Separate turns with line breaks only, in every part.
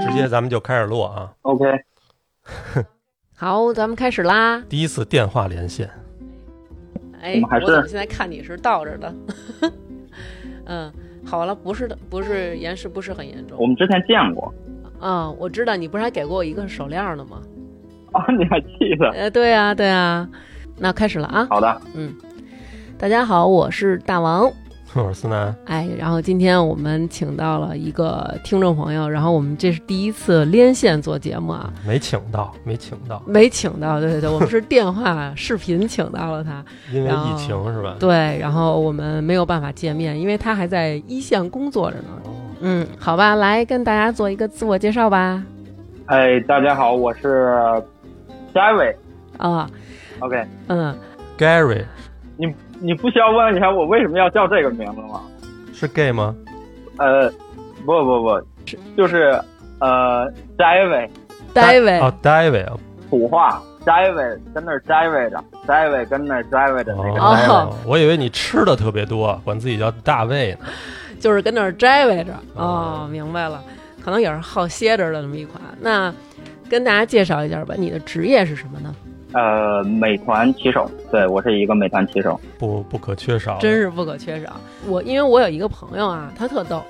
直接咱们就开始录啊。
OK，
好，咱们开始啦。
第一次电话连线，
哎，
我们还是
我怎么现在看你是倒着的？ 嗯，好了，不是的，不是延时，不是很严
我
重。
们之前见过
啊、我知道你不是还给过我一个手链呢吗？
啊，你还记得？
呃，对啊，对啊。那开始了啊，
好的，
嗯，大家好，我是大王。
我是思南，
哎，然后今天我们请到了一个听众朋友，然后我们这是第一次连线做节目啊，
没请到，没请到，
没请到，对对对，我们是电话视频请到了他，
因为
哦
疫情是吧？
对，然后我们没有办法见面，因为他还在一线工作着呢。嗯，好吧，来跟大家做一个自我介绍吧。
哎，大家好，我是 Jerry。
啊，
OK，
嗯，
Gary
你你不需要问一下我为什么要叫这个名字吗？
是 gay 吗？
呃，不不不，就是呃 Jerry
戴维、
哦，David 哦
土话 Jerry 跟那儿 Jerry 着，Jerry 跟那儿 Jerry 的那个。
哦
David，我以为你吃的特别多，管自己叫大卫呢。
就是跟那儿摘围着。
哦
哦，明白了，可能也是好歇着的那么一款。那跟大家介绍一下吧，你的职业是什么呢？
呃，美团骑手，对我是一个美团骑手。
不不可缺少，
真是不可缺少。我因为我有一个朋友啊，他特逗，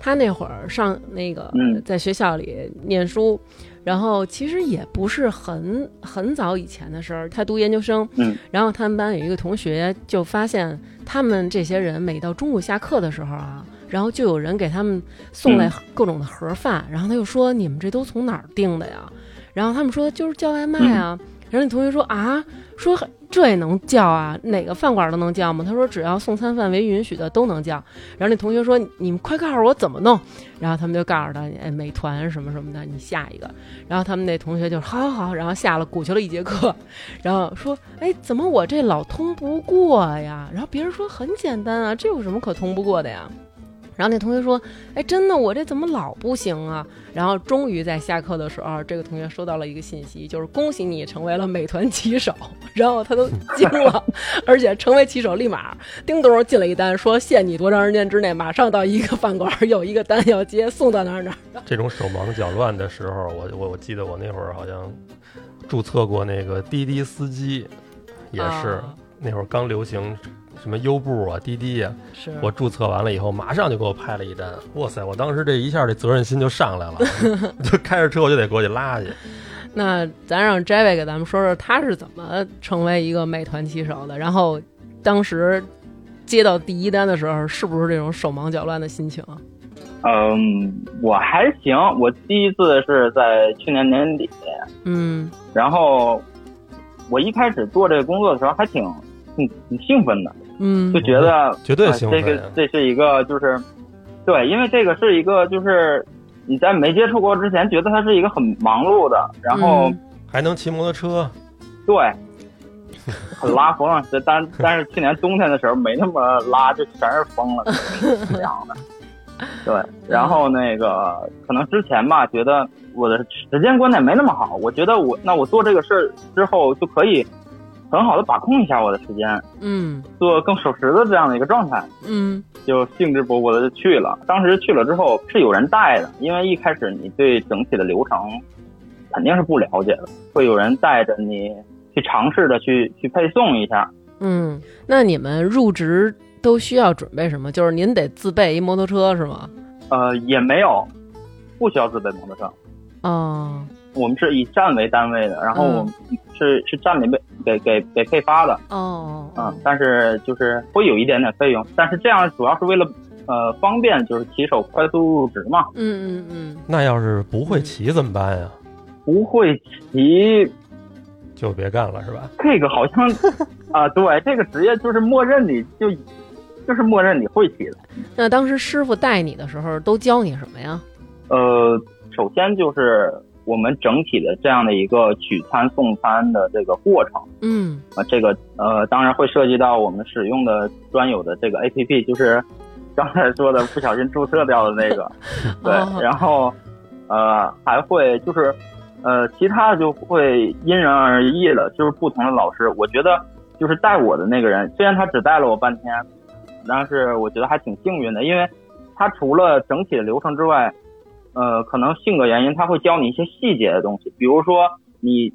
他那会儿上那个
嗯
在学校里念书，然后其实也不是很很早以前的事儿，他读研究生，
嗯，
然后他们班有一个同学就发现他们这些人每到中午下课的时候啊。然后就有人给他们送来
嗯
各种的盒饭，然后他就说：“你们这都从哪儿订的呀？”然后他们说：“就是叫外卖啊。然后那同学说：“啊，说这也能叫啊？哪个饭馆都能叫吗？”他说：“只要送餐范围允许的都能叫。”然后那同学说：“你们快告诉我怎么弄。”然后他们就告诉他：“哎，美团什么什么的，你下一个。”然后他们那同学就好好好，然后下了鼓球了一节课，然后说：“哎，怎么我这老通不过呀？”然后别人说：“很简单啊，这有什么可通不过的呀？”然后那同学说：“哎，真的，我这怎么老不行啊？”然后终于在下课的时候，这个同学收到了一个信息，就是恭喜你成为了美团骑手。 然后他都惊了，而且成为骑手立马叮咚进了一单，说限你多长时间之内马上到一个饭馆有一个单要接，送到哪儿哪儿。
这种手忙脚乱的时候，我我我记得我那会儿好像注册过那个滴滴司机，也是、
啊
那会儿刚流行什么优步啊、滴滴啊，
是
我注册完了以后，马上就给我派了一单。哇塞，我当时这一下这责任心就上来了， 就开着车我就得过去拉去。
那咱让 j a v 给咱们说说他是怎么成为一个美团骑手的，然后当时接到第一单的时候，是不是这种手忙脚乱的心情？啊
嗯，我还行，我第一次是在去年年底，
嗯
然后我一开始做这个工作的时候还挺挺挺兴奋的，
嗯
就觉得、
绝对
啊
兴
这
奋
个这是一个就是对，因为这个是一个就是你在没接触过之前，觉得它是一个很忙碌的，然后、
嗯
还能骑摩托车，
对。很拉风，但但是去年冬天的时候没那么拉，就全是风了，这样的。对，然后那个可能之前吧，觉得我的时间观念没那么好，我觉得我那我做这个事儿之后就可以很好的把控一下我的时间，
嗯
做更守时的这样的一个状态，
嗯
就兴致勃勃的就去了。当时去了之后是有人带的，因为一开始你对整体的流程肯定是不了解的，会有人带着你去尝试着去去配送一下。
嗯。那你们入职都需要准备什么？就是您得自备一摩托车是吗？
呃，也没有不需要自备摩托车，
哦，
我们是以站为单位的，然后我们是、是站里面给给给配发的
哦，
啊、但是就是会有一点点费用，但是这样主要是为了呃方便，就是骑手快速入职嘛。
嗯嗯
那要是不会骑怎么办呀？
不会骑
就别干了是吧？
这个好像啊、对，这个职业就是默认你就就是默认你会骑的。
嗯。那当时师傅带你的时候都教你什么呀？
呃，首先就是我们整体的这样的一个取餐送餐的这个过程。
嗯
啊，这个呃，当然会涉及到我们使用的专有的这个 APP，就是 刚才说的不小心注册掉的那个，对
哦，
然后呃还会就是呃其他的就会因人而异了，就是不同的老师，我觉得就是带我的那个人，虽然他只带了我半天，但是我觉得还挺幸运的，因为他除了整体的流程之外，呃，可能性格原因，他会教你一些细节的东西，比如说你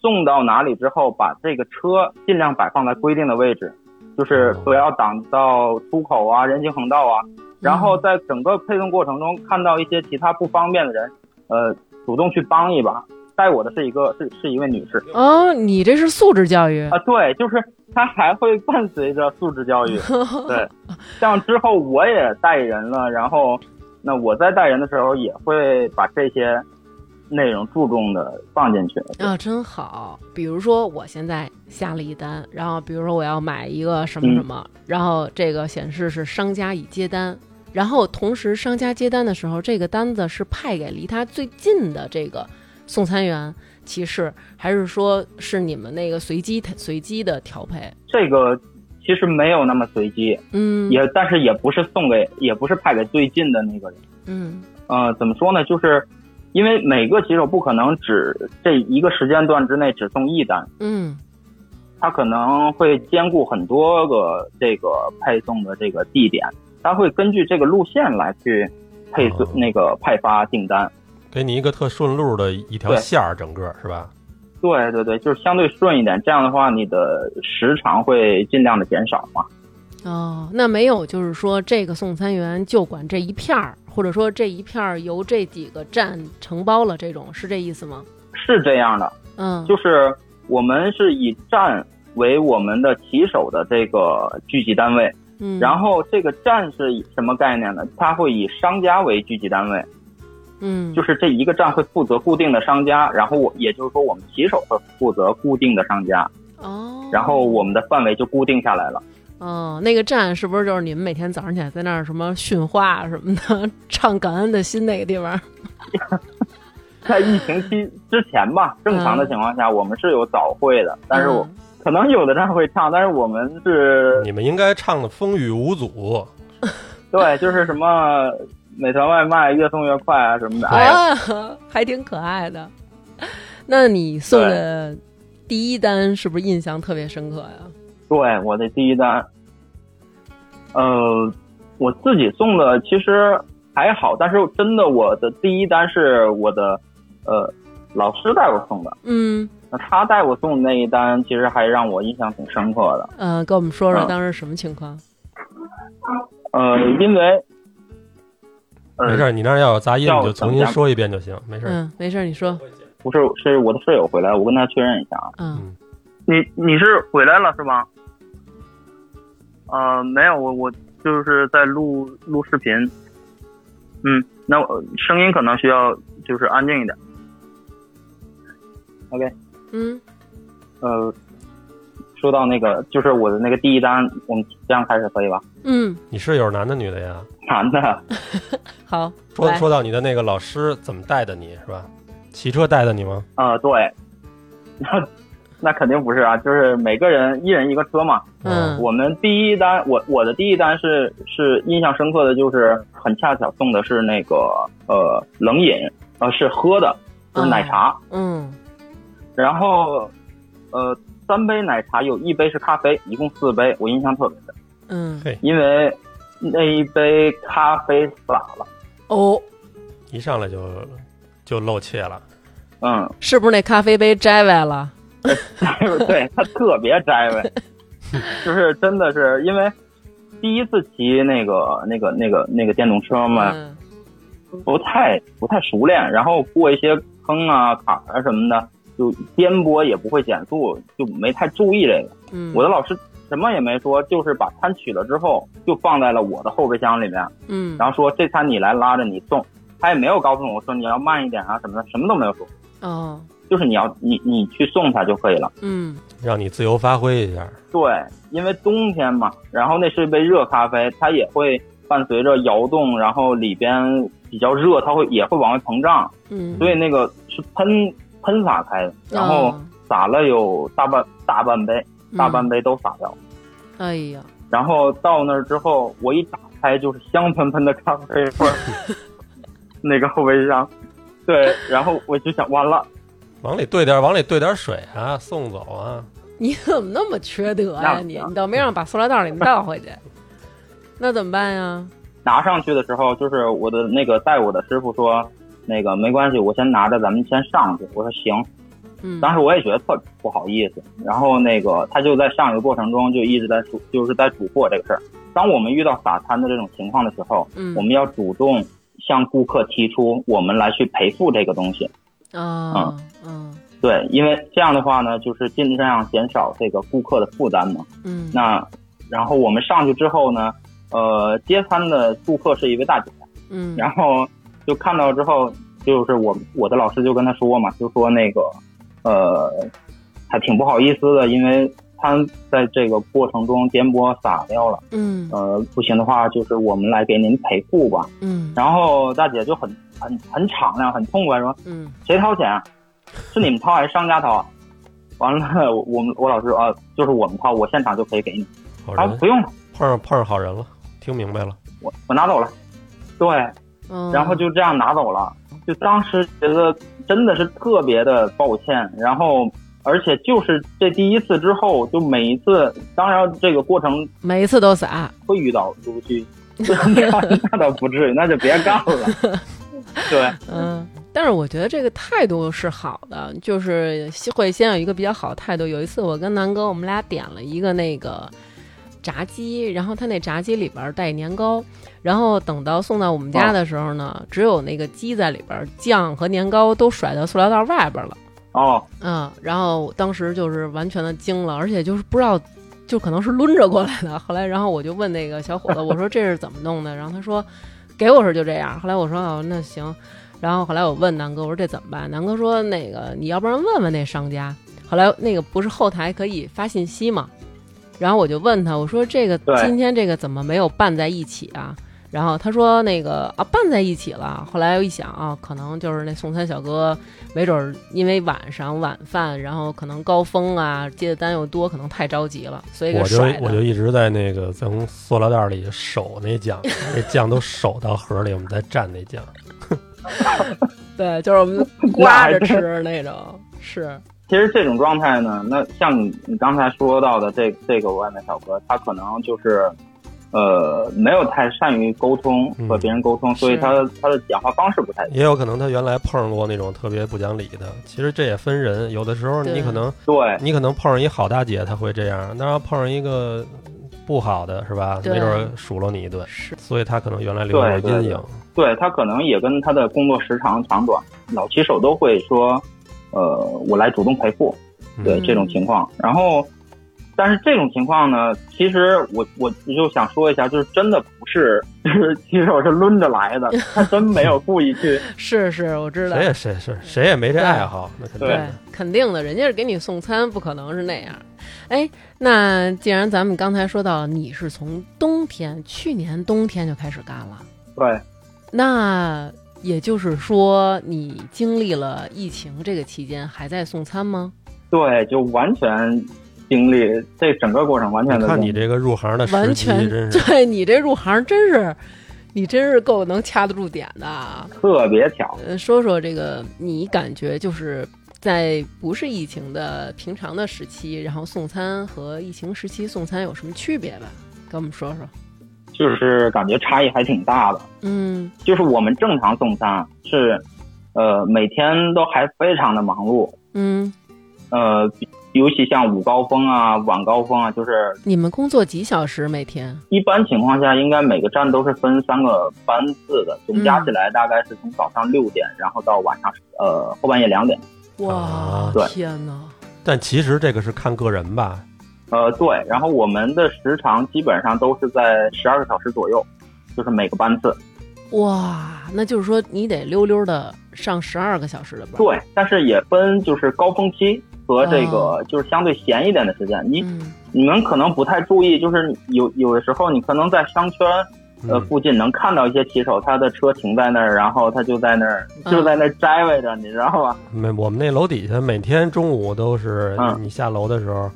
送到哪里之后，把这个车尽量摆放在规定的位置，就是不要挡到出口啊、人行横道啊。然后在整个配送过程中，看到一些其他不方便的人，呃，主动去帮一把。带我的是一个是是一位女士
哦，你这是素质教育
啊，对，就是她还会伴随着素质教育。对，像之后我也带人了，然后那我在带人的时候也会把这些内容注重的放进去。
啊，真好。比如说我现在下了一单，然后比如说我要买一个什么什么，然后这个显示是商家已接单。然后同时，商家接单的时候，这个单子是派给离他最近的这个送餐员、骑士，还是说是你们那个随机随机的调配？
这个其实没有那么随机，
嗯，
也但是也不是送给，也不是派给最近的那个人。
嗯
呃，怎么说呢？就是因为每个骑手不可能只这一个时间段之内只送一单，
嗯
他可能会兼顾很多个这个配送的这个地点，他会根据这个路线来去配送、
哦
那个派发订单。
给你一个特顺路的一条
对
线儿，整个是吧？
对对对，就是相对顺一点，这样的话你的时长会尽量的减少嘛。
哦，那没有，就是说这个送餐员就管这一片儿，或者说这一片儿由这几个站承包了，这种是这意思吗？
是这样的，
嗯，
就是我们是以站为我们的骑手的这个聚集单位，
嗯，
然后这个站是以什么概念呢？它会以商家为聚集单位，
嗯，
就是这一个站会负责固定的商家，然后我也就是说我们骑手会负责固定的商家，
哦，
然后我们的范围就固定下来了。
哦，那个站是不是就是你们每天早上起来在那儿什么训话什么的，唱感恩的心那个地方？
在疫情期之前吧，正常的情况下我们是有早会的，但是我
嗯
可能有的站会唱，但是我们是
你们应该唱的风雨无阻，
嗯对，就是什么美团外卖越送越快啊什么的。哎呀，
啊， 还挺可爱的。那你送
对
的第一单是不是印象特别深刻呀？
对，我的第一单，呃，我自己送的其实还好，但是真的我的第一单是我的呃老师带我送的，
嗯，
那他带我送的那一单其实还让我印象挺深刻的。
呃，跟我们说说
嗯
当时什么情况？
呃，因为，
没事
呃，
儿，你那儿要有杂音，
叫
你就重新说一遍就行，没事儿。
嗯，没事儿，你说。
不是，是我的舍友回来，我跟他确认一下啊。
嗯
你你是回来了是吗？呃，没有，我我就是在录录视频。嗯，那我声音可能需要就是安静一点。OK，
嗯
呃，说到那个，就是我的那个第一单，我们这样开始可以吧？
嗯，
你室友男的女的呀？
男的，
好，
说
来
说到你的那个老师怎么带的你是吧？骑车带的你吗？
呃，对， 那那肯定不是啊，就是每个人一人一个车嘛。
嗯
我们第一单，我我的第一单是是印象深刻的，就是很恰巧送的是那个呃冷饮，呃是喝的，就是奶茶，
嗯
然后呃三杯奶茶有一杯是咖啡，一共四杯，我印象特别深，
嗯
嘿
因为那一杯咖啡洒了，
哦，
一上来就就露怯了，
嗯，
是不是那咖啡杯摘歪了？
对他特别摘呗，就是真的是因为第一次骑那个那个那个那个电动车嘛，
嗯
不太不太熟练，然后过一些坑啊、坎儿啊什么的，就颠簸也不会减速，就没太注意这个。
嗯，
我的老师什么也没说，就是把餐取了之后就放在了我的后备箱里面，
嗯，
然后说这餐你来拉着你送，他也没有告诉我说你要慢一点啊什么的，什么都没有说，
哦，
就是你要你你去送他就可以了。
嗯
让你自由发挥一下。
对，因为冬天嘛，然后那是一杯热咖啡，它也会伴随着摇动，然后里边比较热，它会也会往外膨胀。
嗯，
所以那个是喷喷洒开的，然后
哦
洒了有大半大半杯，大半杯都洒掉了。
嗯哎呀，
然后到那儿之后，我一打开就是香喷喷的咖啡味儿，那个后备箱，对，然后我就想完了，
往里兑点，往里兑点水啊，送走啊。
你怎么那么缺德呀、
那
你你倒没让把塑料袋里面倒回 去，那怎么办呀？
拿上去的时候，就是我的那个带我的师傅说，那个没关系，我先拿着，咱们先上去。我说行。
嗯，
当时我也觉得特不好意思，然后那个他就在上一个过程中就一直在嘱，就是在嘱咐我这个事儿。当我们遇到撒摊的这种情况的时候，
嗯
我们要主动向顾客提出我们来去赔付这个东西。
啊嗯
对，因为这样的话呢，就是尽量减少这个顾客的负担嘛。
嗯，
那然后我们上去之后呢，呃，接餐的顾客是一位大姐，
嗯
然后就看到之后，就是我我的老师就跟他说嘛，就说那个，呃，还挺不好意思的，因为他在这个过程中颠簸洒掉了，
嗯
呃，不行的话就是我们来给您赔付吧。
嗯
然后大姐就很很很敞亮，很痛快说，
嗯
谁掏钱啊？是你们掏还是商家掏啊？完了，我我们我老师啊，就是我们掏，我现场就可以给你。
好
啊，
人
不用，
碰上碰上好人了，听明白了，
我我拿走了。对，
嗯，
然后就这样拿走了。就当时觉得真的是特别的抱歉，然后而且就是这第一次之后，就每一次，当然这个过程
每一次都撒，
会遇到如 去，那倒不至于，那就别干了。对，
嗯。但是我觉得这个态度是好的，就是会先有一个比较好的态度。有一次我跟南哥，我们俩点了一个那个炸鸡，然后他那炸鸡里边儿带年糕，然后等到送到我们家的时候呢，只有那个鸡在里边儿，酱和年糕都甩到塑料袋外边儿了。
哦，
嗯，然后当时就是完全的惊了，而且就是不知道，就可能是抡着过来的。后来，然后我就问那个小伙子，我说这是怎么弄的？然后他说，给我时候就这样。后来我说哦，那行。然后后来我问南哥，我说这怎么办？南哥说那个你要不然问问那商家。后来那个不是后台可以发信息嘛？然后我就问他，我说这个
对
今天这个怎么没有拌在一起啊？然后他说那个啊拌在一起了。后来我一想啊，可能就是那送餐小哥没准儿因为晚上晚饭，然后可能高峰啊，接的单又多，可能太着急了，所以给
我就
甩的。
我就一直在那个从塑料袋里守那酱，那酱都守到盒里，我们再蘸那酱。
对，就是 我们刮着吃那种，是，
其实这种状态呢，那像你你刚才说到的这这个外卖小哥，他可能就是，呃，没有太善于沟通和别人沟通，所以
是
他他的讲话方式不太一样。
也有可能他原来碰上过那种特别不讲理的，其实这也分人，有的时候你
对
可能
对，
你可能碰上一好大姐，她会这样；，那要碰上一个不好的，是吧？
对
没准儿数落你一顿，
是
所以她可能原来留有
对对
阴影。
对他可能也跟他的工作时长长短，老骑手都会说，呃，我来主动赔付，对
嗯
这种情况。然后，但是这种情况呢，其实我我就想说一下，就是真的不是，就是骑手是抡着来的，他真没有故 意去。
是是，我知道
谁，也谁是谁也没这
对
爱好，那肯定
对
的。，
肯定的，人家是给你送餐，不可能是那样。哎，那既然咱们刚才说到你是从冬天，去年冬天就开始干了，
对，
那也就是说你经历了疫情这个期间还在送餐吗？
对，就完全经历这整个过程，完全
你
的
看你这个入行的时
完
机，
全
真是
对你这入行真是，你真是够能掐得住点的啊。
特别巧。
呃，说说这个，你感觉就是在不是疫情的平常的时期，然后送餐和疫情时期送餐有什么区别吧？跟我们说说。
就是感觉差异还挺大的。
嗯
就是我们正常送餐是，呃，每天都还非常的忙碌，
嗯，
呃，比尤其像午高峰啊、晚高峰啊，就是
你们工作几小时每天？
一般情况下，应该每个站都是分三个班次的，总加起来大概是从早上六点，然后到晚上呃后半夜两点。
哇
啊，
对
天哪！
但其实这个是看个人吧。
呃，对，然后我们的时长基本上都是在十二个小时左右，就是每个班次。
哇，那就是说你得溜溜的上十二个小时的班。，
对，但是也分就是高峰期和这个就是相对闲一点的时间。你
嗯
你们可能不太注意，就是有有的时候你可能在商圈呃
嗯，
附近能看到一些骑手，他的车停在那儿，然后他就在那儿
嗯
就在那儿摘歪着，你知道吧？
没我们那楼底下每天中午都是
嗯
你下楼的时候，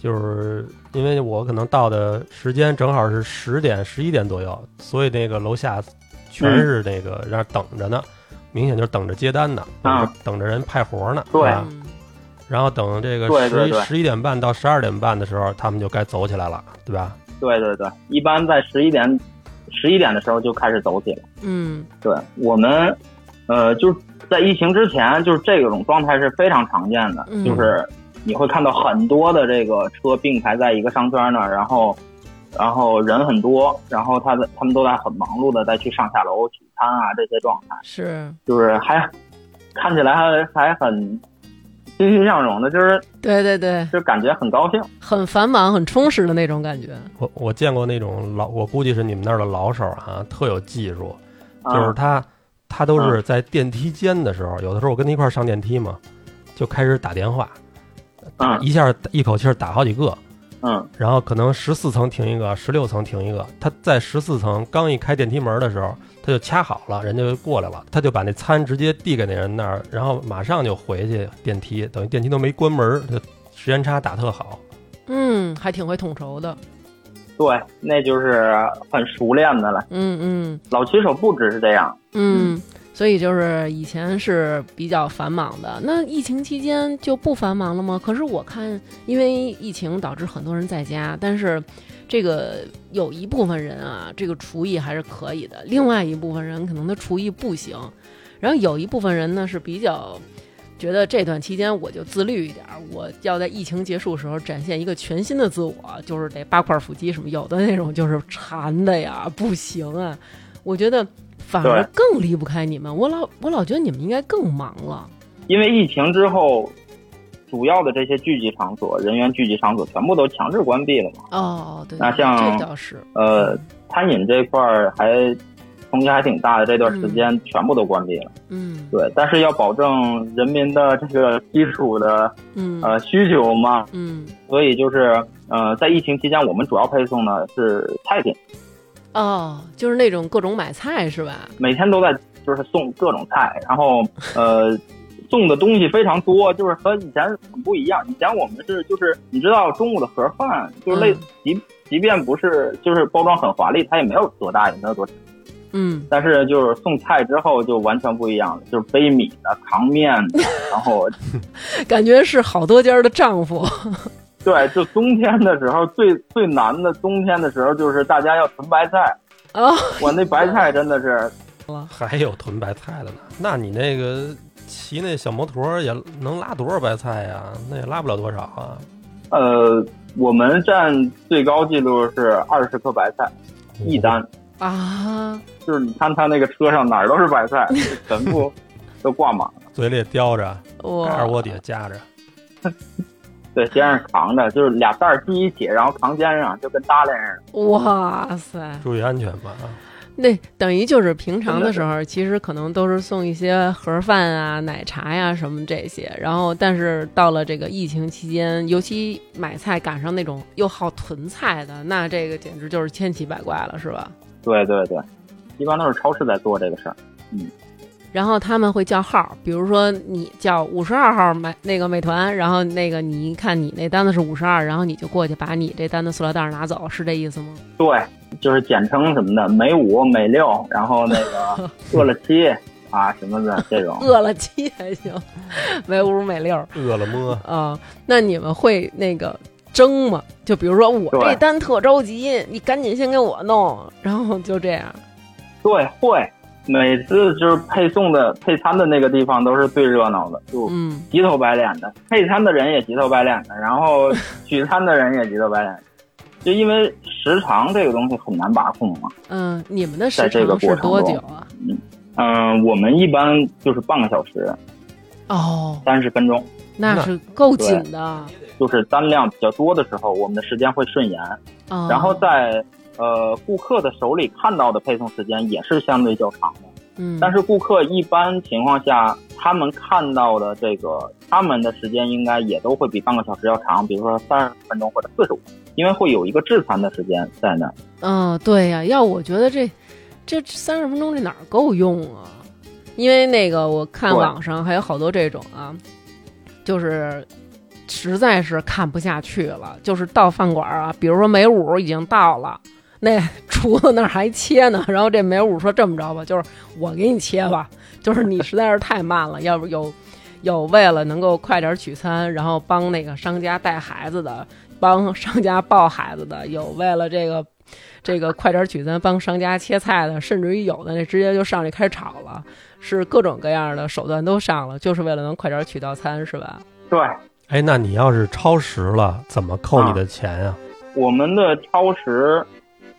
就是因为我可能到的时间正好是十点十一点左右，所以那个楼下
嗯
全是那个让等着呢，明显就是等着接单呢，等着
啊
等着人派活呢。
对
是吧
嗯
然后等这个
对
十
对
一
对
十一点半到十二点半的时候，他们就该走起来了，对吧？
对对对，一般在十一点十一点的时候就开始走起了。
嗯
对我们呃，就是在疫情之前，就是这种状态是非常常见的，
嗯
就是你会看到很多的这个车并排在一个商圈那儿，然后然后人很多，然后他的他们都在很忙碌的再去上下楼取餐啊这些状态，
是，
就是还看起来还还很欣欣向荣的，就是
对对对，
就感觉很高兴。
很繁忙、很充实的那种感觉。
我我见过那种老，我估计是你们那儿的老手啊，特有技术，
嗯
就是他他都是在电梯间的时候，有的时候我跟他一块儿上电梯嘛，就开始打电话，
嗯
一下一口气儿打好几个，
嗯
然后可能十四层停一个，十六层停一个。他在十四层刚一开电梯门的时候，他就掐好了，人家就过来了，他就把那餐直接递给那人那儿，然后马上就回去电梯，等于电梯都没关门，就时间差打特好。
嗯，还挺会统筹的。
对，那就是很熟练的了。
嗯嗯
老骑手不只是这样，
嗯，所以就是以前是比较繁忙的，那疫情期间就不繁忙了吗？可是我看，因为疫情导致很多人在家，但是这个有一部分人啊，这个厨艺还是可以的，另外一部分人可能他厨艺不行，然后有一部分人呢是比较。觉得这段期间我就自律一点儿，我要在疫情结束的时候展现一个全新的自我，就是得八块腹肌什么，有的那种就是馋的呀，不行啊！我觉得反而
对
更离不开你们，我老我老觉得你们应该更忙了。
因为疫情之后，主要的这些聚集场所、人员聚集场所全部都强制关闭了嘛。
哦，对，
呃那
对
像
这倒是，
呃，餐饮这块儿还冲击还挺大的，这段时间全部都关闭了。
嗯
对，但是要保证人民的这个基础的
嗯
呃需求嘛，
嗯，
所以就是呃，在疫情期间，我们主要配送的是菜品，
哦，就是那种各种买菜是吧？
每天都在就是送各种菜，然后呃。 送的东西非常多，就是和以前很不一样。以前我们是就是你知道中午的盒饭，就是类
嗯
即即便不是就是包装很华丽，它也没有多大，也没有多
嗯，
但是就是送菜之后就完全不一样了，就是背米的、扛面的，然后
感觉是好多家的丈夫。
对，就冬天的时候最最难的，冬天的时候就是大家要囤白菜，
哦，
我那白菜真的是，
还有囤白菜的呢，那你那个骑那小摩托也能拉多少白菜呀？那也拉不了多少啊。
呃，我们站最高记录是二十颗白菜一单，
啊，
就是你看他那个车上哪儿都是白菜，全部都挂满了，
嘴里叼着，
我
盖着窝底下夹着，
对，肩上扛着，就是俩袋儿系一起，然后扛肩上，就跟搭链似的。
哇塞，
注意安全吧啊！
那等于就是平常
真
的
的
时候，其实可能都是送一些盒饭啊、奶茶呀、什么这些，然后但是到了这个疫情期间，尤其买菜赶上那种又好囤菜的，那这个简直就是千奇百怪了，是吧？
对对对，一般都是超市在做这个事儿。
然后他们会叫号，比如说你叫五十二号买那个美团，然后那个你一看你那单子是五十二，然后你就过去把你这单的塑料袋拿走，是这意思吗？
对，就是简称什么的，美五、美六，然后那个饿了七啊什么的这种。
饿了七还行，没五没六啊、
饿了么，
那你们会那个争吗？就比如说我
对
这单特着急，你赶紧先给我弄，然后就这样。
对，会每次就是配送的配餐的那个地方都是最热闹的，就
嗯，
急头白脸的，配餐的人也急头白脸的，然后取餐的人也急头白脸。就因为时长这个东西很难把控嘛，
嗯、你们的时
在这个
长
过
是
程
多
中
久啊？
嗯、我们一般就是半个小时、
哦，
三十分钟，
那
那
是够紧的啊。
就是单量比较多的时候，我们的时间会顺延。然
哦
后在呃顾客的手里看到的配送时间也是相对较长的，
嗯，
但是顾客一般情况下他们看到的这个他们的时间应该也都会比半个小时要长，比如说三十分钟或者四十五，因为会有一个制餐的时间在那儿。
嗯，对呀、要我觉得这这三十分钟这哪儿够用啊？因为那个我看
对
网上还有好多这种啊，就是实在是看不下去了，就是到饭馆儿啊，比如说梅五已经到了。那 厨子那儿还切呢，然后这梅五说这么着吧，就是我给你切吧，就是你实在是太慢了，要不有有为了能够快点取餐，然后帮那个商家带孩子的，帮商家抱孩子的，有为了这个这个快点取餐帮商家切菜的，甚至于有的那直接就上去开始吵了，是各种各样的手段都上了，就是为了能快点取到餐，是吧？
对，
哎，那你要是超时了，怎么扣你的钱啊呀、
我们的超时，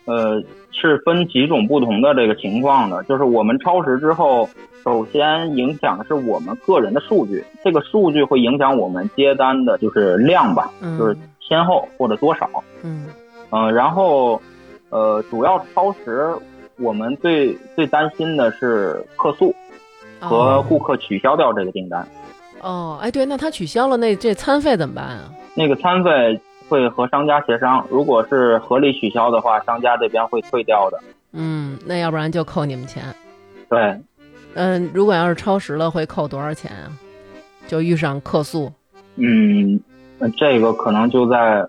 呃，是分几种不同的这个情况的。就是我们超时之后，首先影响的是我们个人的数据，这个数据会影响我们接单的就是量吧，
嗯，
就是先后或者多少。
嗯
嗯、然后，呃，主要超时，我们最最担心的是客诉和顾客取消掉这个订单。
哦，哎，对，那他取消了，那这餐费怎么办啊？
那个餐费会和商家协商，如果是合理取消的话，商家这边会退掉的。
嗯，那要不然就扣你们钱。
对，
嗯，如果要是超时了，会扣多少钱啊？就遇上客诉，
嗯，呃这个可能就在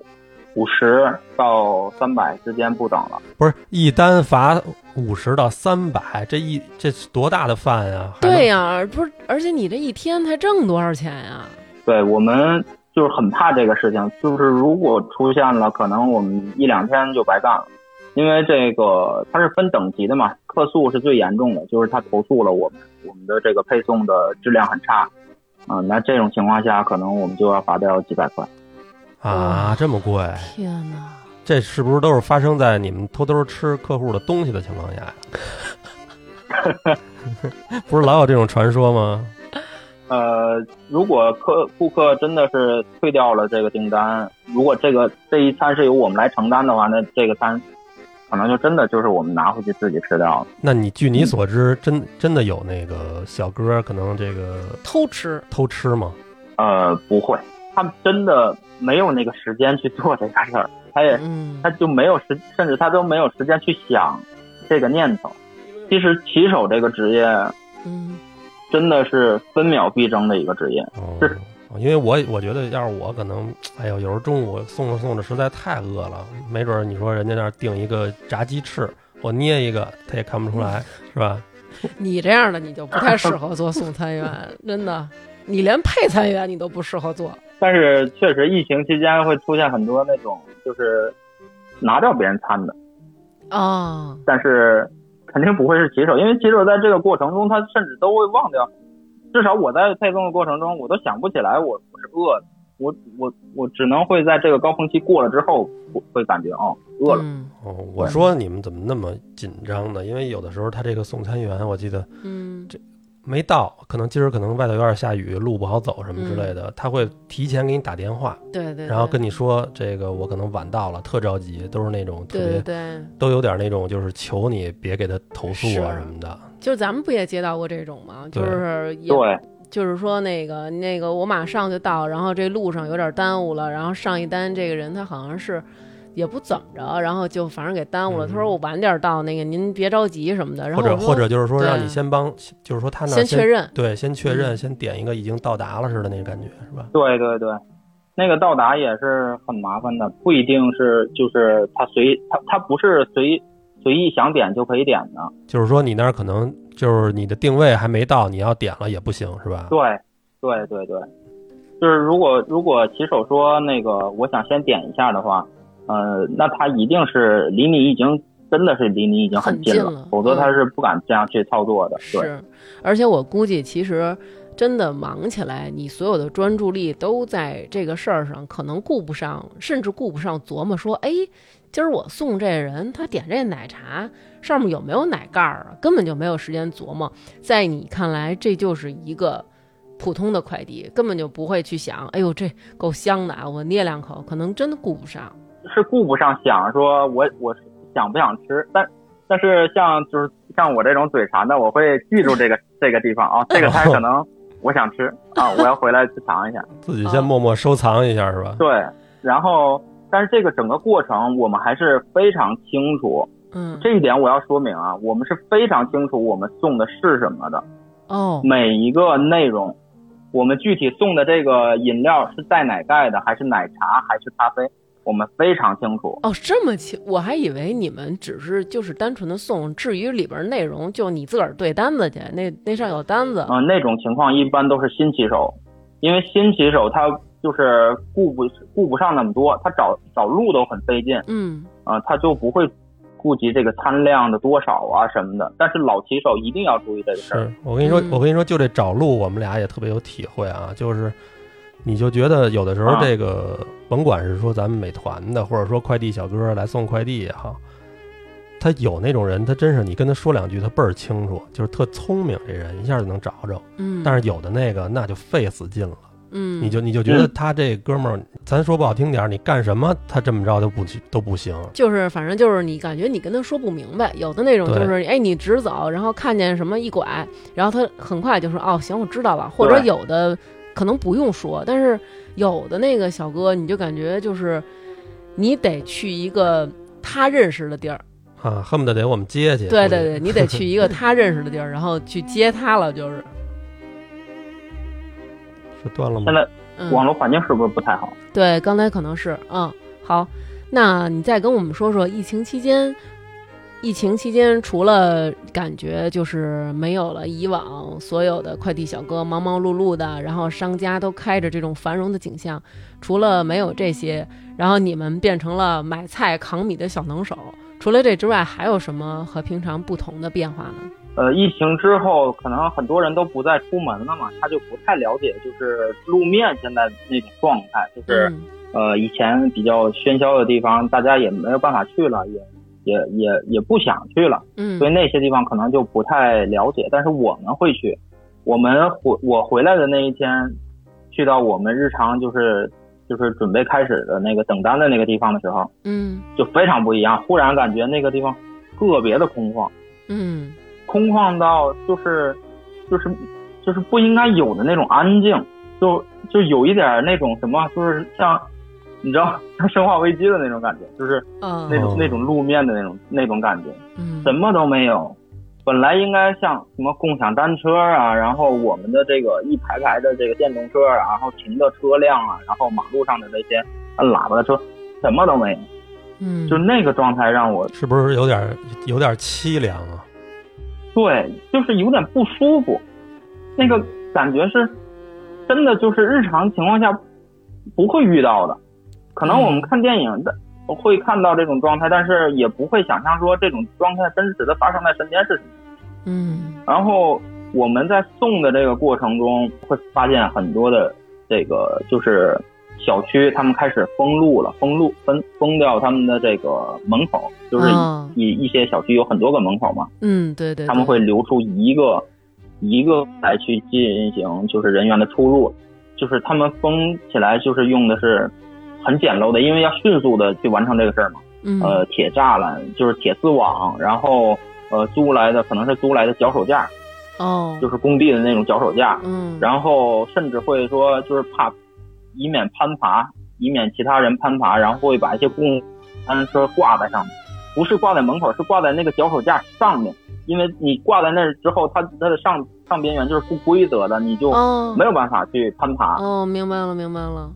五十到三百之间不等了。
不是一单罚五十到三百，这一这多大的饭呀、还能
对呀、不是，而且你这一天才挣多少钱呀、
对我们就是很怕这个事情，就是如果出现了，可能我们一两天就白干了。因为这个它是分等级的嘛，客诉是最严重的，就是他投诉了我们，我们的这个配送的质量很差，啊、那这种情况下可能我们就要罚掉几百块。
啊，
嗯
这么贵，
天哪！
这是不是都是发生在你们偷偷吃客户的东西的情况下 呀？不是老有这种传说吗？
呃，如果客顾客真的是退掉了这个订单，如果这个这一餐是由我们来承担的话，那这个餐可能就真的就是我们拿回去自己吃掉了。
那你据你所知，真真的有那个小哥可能这个
偷吃，
偷吃吗？
呃，不会，他们真的没有那个时间去做这个事儿，他也
嗯
他，就没有时，甚至他都没有时间去想这个念头。其实骑手这个职业
嗯，
真的是分秒必争的一个职业。
哦
是，
因为我我觉得要是我可能，哎呦，有时候中午送着送着实在太饿了，没准儿你说人家那儿订一个炸鸡翅，我捏一个他也看不出
嗯
来，是吧？
你这样的你就不太适合做送餐员，真的，你连配餐员你都不适合做。
但是确实，疫情期间会出现很多那种就是拿掉别人餐的。
哦，
但是肯定不会是骑手，因为骑手在这个过程中，他甚至都会忘掉。至少我在配送的过程中，我都想不起来我我是饿的，我我我只能会在这个高峰期过了之后，我会感觉哦饿了。
嗯
哦，我
对
说你们怎么那么紧张呢？因为有的时候他这个送餐员，我记得
嗯，
没到，可能今儿可能外头有点下雨，路不好走什么之类的，他会提前给你打电话，
对嗯对对，
然后跟你说这个我可能晚到了，特着急，都是那种特
对
别
对对，
都有点那种就是求你别给他投诉啊
是
什么的。
就是咱们不也接到过这种吗？
对
就是也
对，
就是说那个那个我马上就到，然后这路上有点耽误了，然后上一单这个人他好像是也不怎么着，然后就反正给耽误了。
嗯
他说我晚点到，那个您别着急什么的。然
或
后
者
我说
或者就是说
对
让你先帮，就是说他那儿
先确认，
对，先确认，
嗯
先点一个已经到达了似的那个感觉，是吧？
对对对，那个到达也是很麻烦的，不一定是就是他随他他不是随随意想点就可以点的。
就是说你那儿可能就是你的定位还没到，你要点了也不行，是吧？
对，对对对，就是如果如果骑手说那个我想先点一下的话，呃，那他一定是离你已经真的是离你已经
很
近
近
了，
了嗯
否则他是不敢这样去操作的。对，
是，而且我估计其实真的忙起来，你所有的专注力都在这个事儿上，可能顾不上，甚至顾不上琢磨说，哎，今儿我送这人他点这奶茶上面有没有奶盖儿啊，根本就没有时间琢磨。在你看来，这就是一个。普通的快递根本就不会去想，哎呦，这够香的啊！我捏两口，可能真的顾不上。
是顾不上想说我我想不想吃，但但是像就是像我这种嘴馋的，我会记住 这个这个地方啊，这个菜可能我想吃啊，我要回来去尝一下。
自
嗯
己先默默收藏一下，是吧？
对，然后但是这个整个过程我们还是非常清楚。
嗯，
这一点我要说明啊，我们是非常清楚我们送的是什么的，
哦，
每一个内容，我们具体送的这个饮料是带奶盖的，还是奶茶，还是咖啡，我们非常清楚。
哦，这么清，我还以为你们只是就是单纯的送，至于里边内容，就你自个儿对单
啊
子
呃
去，那那上有单子。
嗯、那种情况一般都是新骑手，因为新骑手他就是顾不顾不上那么多，他找找路都很费劲
嗯
啊、他就不会顾及这个餐量的多少啊什么的。但是老骑手一定要注意这个事儿。
是我跟你说
嗯，
我跟你说，就这找路，我们俩也特别有体会啊。就是，你就觉得有的时候
啊
这个，甭管是说咱们美团的，或者说快递小哥来送快递也好，他有那种人，他真是你跟他说两句，他倍儿清楚，就是特聪明，这人一下就能找着。
嗯，
但
是
是有的那个，那就费死劲了，
嗯，
你就你就觉得他这哥们儿，咱说不好听点儿，你干什么他这么着都不都不行。
就是反正就是你感觉你跟他说不明白，有的那种
对
就是哎你直走，然后看见什么一拐，然后他很快就说哦行我知道了，或者
对
有的可能不用说，但是有的那个小哥你就感觉就是你得去一个他认识的地儿，
啊，恨不得得我们接去。
对
估计
对对，你得去一个他认识的地儿，然后去接他了，就是
是断了吗
现？在
嗯。
网络环境是不是不太好？
对，刚才可能是，嗯，好，那你再跟我们说说疫情期间，疫情期间除了感觉就是没有了以往所有的快递小哥忙忙碌碌的，然后商家都开着这种繁荣的景象，除了没有这些，
嗯
然后你们变成了买菜扛米的小能手。除了这之外，还有什么和平常不同的变化呢？
呃，疫情之后，可能很多人都不再出门了嘛，他就不太了解就是路面现在那种状态，就是、
嗯
呃以前比较喧嚣的地方，大家也没有办法去了，也也也也不想去了，
嗯
所以那些地方可能就不太了解。但是我们会去，我们回我回来的那一天，去到我们日常就是就是准备开始的那个等单的那个地方的时候，
嗯
就非常不一样，忽然感觉那个地方特别的空旷。
嗯
空旷到就是就是就是不应该有的那种安静，就就有一点那种什么，就是像你知道像《生化危机》的那种感觉，就是
啊
那种、
哦
那种路面的那种那种感觉，
嗯
什么都没有。本来应该像什么共享单车啊，然后我们的这个一排排的这个电动车啊，然后停的车辆啊，然后马路上的这些按喇叭的车，什么都没有，
嗯
就那个状态让我
是不是有点有点凄凉啊？
对，就是有点不舒服，那个感觉是真的，就是日常情况下不会遇到的。可能我们看电影的会看到这种状态，但是也不会想象说这种状态真实的发生在身边是什么。
嗯
然后我们在送的这个过程中，会发现很多的这个就是小区他们开始封路了，封路封封掉他们的这个门口，就是
哦
一一些小区有很多个门口嘛。
嗯对对，
他们
对
会留出一个一个来去进行就是人员的出入，就是他们封起来就是用的是很简陋的，因为要迅速的去完成这个事儿嘛。
嗯
呃，铁栅栏就是铁丝网，然后呃租来的可能是租来的脚手架，
哦
就是工地的那种脚手架，
嗯
然后甚至会说就是怕以免攀爬，以免其他人攀爬，然后会把一些公共单车挂在上面，不是挂在门口，是挂在那个脚手架上面，因为你挂在那儿之后，它它的上上边缘就是不规则的，你就
哦
没有办法去攀爬。
哦，明白了，明白了。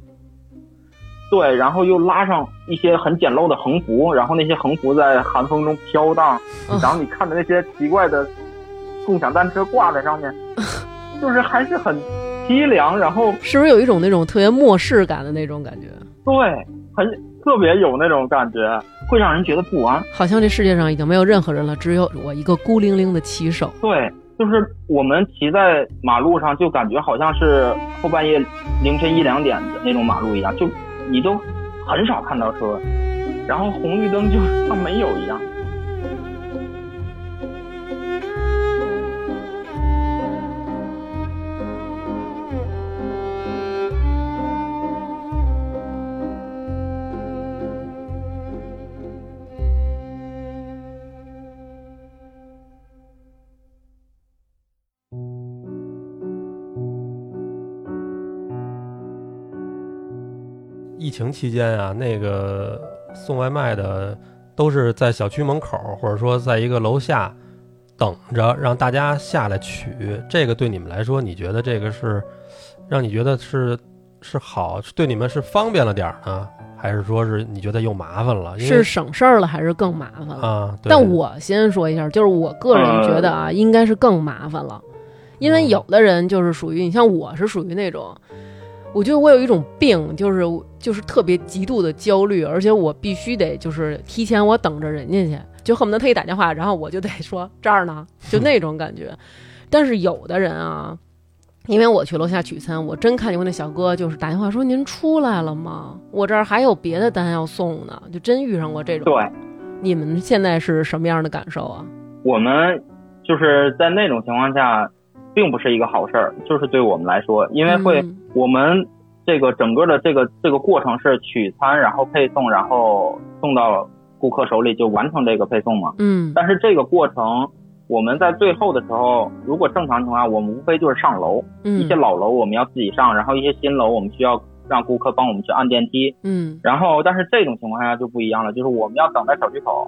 对，然后又拉上一些很简陋的横幅，然后那些横幅在寒风中飘荡，
哦
然后你看着那些奇怪的共享单车挂在上面，
哦
就是还是很凄凉，然后。
是不是有一种那种特别漠视感的那种感觉？
对，很特别有那种感觉，会让人觉得不安。
好像这世界上已经没有任何人了，只有我一个孤零零的骑手。
对，就是我们骑在马路上，就感觉好像是后半夜凌晨一两点的那种马路一样，就你都很少看到车，然后红绿灯就 像没有一样。
疫情期间啊，那个送外卖的都是在小区门口，或者说在一个楼下等着让大家下来取。这个对你们来说，你觉得这个是让你觉得是是好，是对你们是方便了点儿呢，还是说是你觉得又麻烦了？因为
是省事儿了，还是更麻烦了？
啊，对
但我先说一下，就是我个人觉得啊，应该是更麻烦了，因为有的人就是属于你像我是属于那种，我觉得我有一种病，就是就是特别极度的焦虑，而且我必须得就是提前我等着人家去，就恨不得他一打电话，然后我就得说这儿呢，就那种感觉。但是有的人啊，因为我去楼下取餐，我真看见过那小哥就是打电话说您出来了吗？我这儿还有别的单要送呢，就真遇上过这种。
对，
你们现在是什么样的感受啊？
我们就是在那种情况下，并不是一个好事儿，就是对我们来说，因为会、
嗯
我们这个整个的这个这个过程是取餐，然后配送，然后送到顾客手里就完成这个配送嘛。
嗯
但是这个过程，我们在最后的时候，如果正常情况下，我们无非就是上楼，一
嗯
些老楼我们要自己上，然后一些新楼我们需要让顾客帮我们去按电梯。
嗯
然后，但是这种情况下就不一样了，就是我们要等在小区口，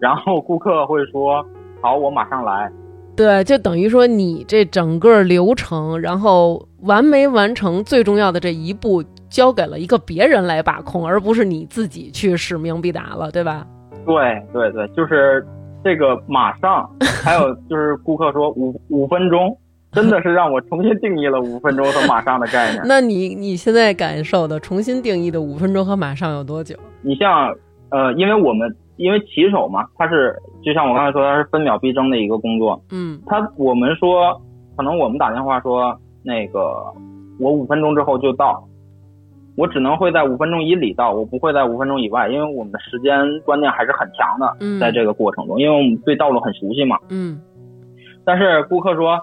然后顾客会说：“好，我马上来。
对，就等于说你这整个流程，然后完没完成最重要的这一步，交给了一个别人来把控，而不是你自己去使命必达了，对吧？
对”对对就是这个马上，还有就是顾客说五五分钟，真的是让我重新定义了五分钟和马上的概念。
那你你现在感受的重新定义的五分钟和马上有多久？
你像呃，因为我们因为骑手嘛，他是就像我刚才说，他是分秒必争的一个工作。
嗯
他我们说，可能我们打电话说那个我五分钟之后就到，我只能会在五分钟以里到，我不会在五分钟以外，因为我们的时间观念还是很强的，
嗯，
在这个过程中，因为我们对道路很熟悉嘛。
嗯
但是顾客说，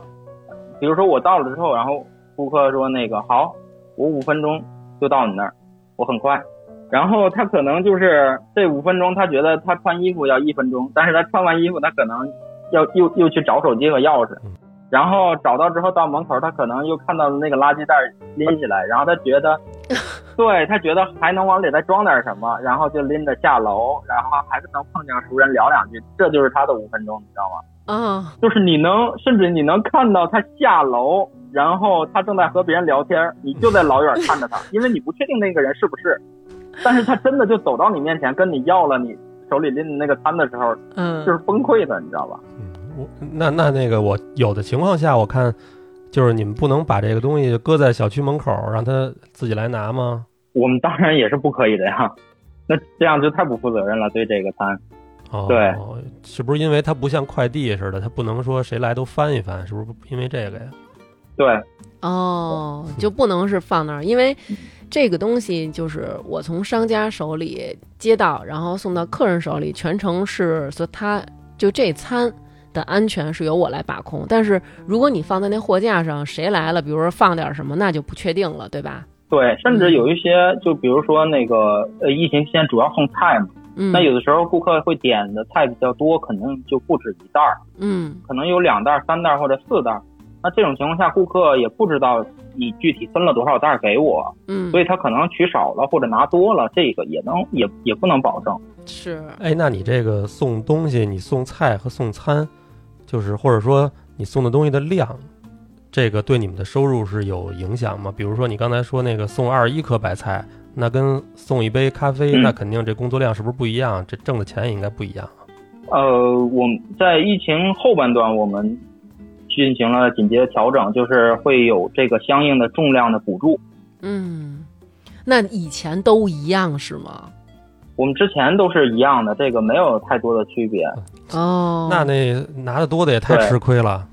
比如说我到了之后，然后顾客说那个好，我五分钟就到你那儿，我很快。然后他可能就是这五分钟，他觉得他穿衣服要一分钟，但是他穿完衣服，他可能要又又去找手机和钥匙
嗯，
然后找到之后到门口，他可能又看到了那个垃圾袋拎起来，然后他觉得，对他觉得还能往里再装点什么，然后就拎着下楼，然后还是能碰见熟人聊两句，这就是他的五分钟，你知道吗？
啊，
就是你能，甚至你能看到他下楼，然后他正在和别人聊天儿，你就在老远看着 他，因为你不确定那个人是不是，但是他真的就走到你面前，跟你要了你手里拎的那个餐的时候，
嗯，
就是崩溃的，你知道吧？
我那那那个我有的情况下，我看就是你们不能把这个东西搁在小区门口，让他自己来拿吗？
我们当然也是不可以的呀， 那这样就太不负责任了，对这个餐。
哦，
对，
是不是因为它不像快递似的，它不能说谁来都翻一翻，是不是因为这个呀？
对，
哦，就不能是放那儿，因为这个东西就是我从商家手里接到，然后送到客人手里，全程是所以他就这餐的安全是由我来把控。但是如果你放在那货架上，谁来了，比如说放点什么，那就不确定了，对吧？
对，甚至有一些，就比如说那个呃，疫情期间主要送菜嘛，
嗯，
那有的时候顾客会点的菜比较多，可能就不止一袋儿。
嗯
可能有两袋、三袋或者四袋。那这种情况下，顾客也不知道你具体分了多少袋给我，
嗯，
所以他可能取少了或者拿多了，这个也能也也不能保证。
是
哎，那你这个送东西，你送菜和送餐，就是或者说你送的东西的量，这个对你们的收入是有影响吗？比如说你刚才说那个送二十一颗白菜，那跟送一杯咖啡，
嗯
那肯定这工作量是不是不一样？这挣的钱也应该不一样。
呃，我们在疫情后半段，我们进行了紧急的调整，就是会有这个相应的重量的补助。
嗯，那以前都一样是吗？
我们之前都是一样的，这个没有太多的区别。
哦，
那那拿的多的也太
对
吃亏了。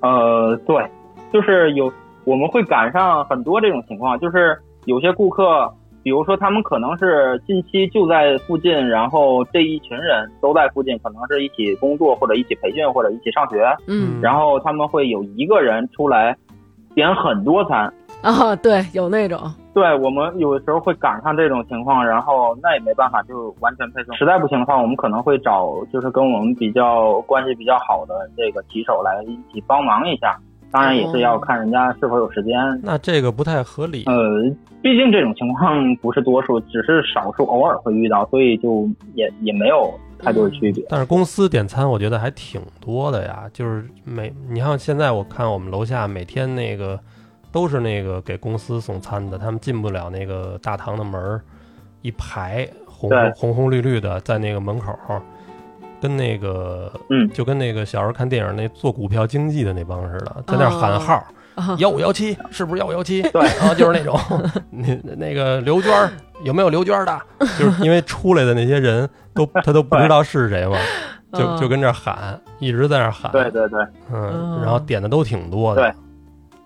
呃，对，就是有我们会赶上很多这种情况，就是有些顾客，比如说他们可能是近期就在附近，然后这一群人都在附近，可能是一起工作或者一起培训或者一起上学，
嗯
然后他们会有一个人出来点很多餐。
啊，对，有那种
对我们有的时候会赶上这种情况，然后那也没办法，就完全配送。实在不行的话，我们可能会找就是跟我们比较关系比较好的这个骑手来一起帮忙一下。当然也是要看人家是否有时间。
那这个不太合理。
呃，毕竟这种情况不是多数，只是少数，偶尔会遇到，所以就也也没有太多的区别。
但是公司点餐，我觉得还挺多的呀。就是每你看现在，我看我们楼下每天那个都是那个给公司送餐的，他们进不了那个大堂的门儿，一排红
对
红红绿绿的在那个门口儿，跟那个
嗯
就跟那个小时候看电影那做股票经济的那帮似的，在那儿喊
哦
号儿，
啊
幺五幺七是不是幺五幺七？
对
啊，就是那种那那个刘娟儿有没有刘娟儿的？就是因为出来的那些人都他都不知道是谁嘛，就就跟这儿喊，一直在那儿喊，
对对对
嗯，
嗯
然后点的都挺多的，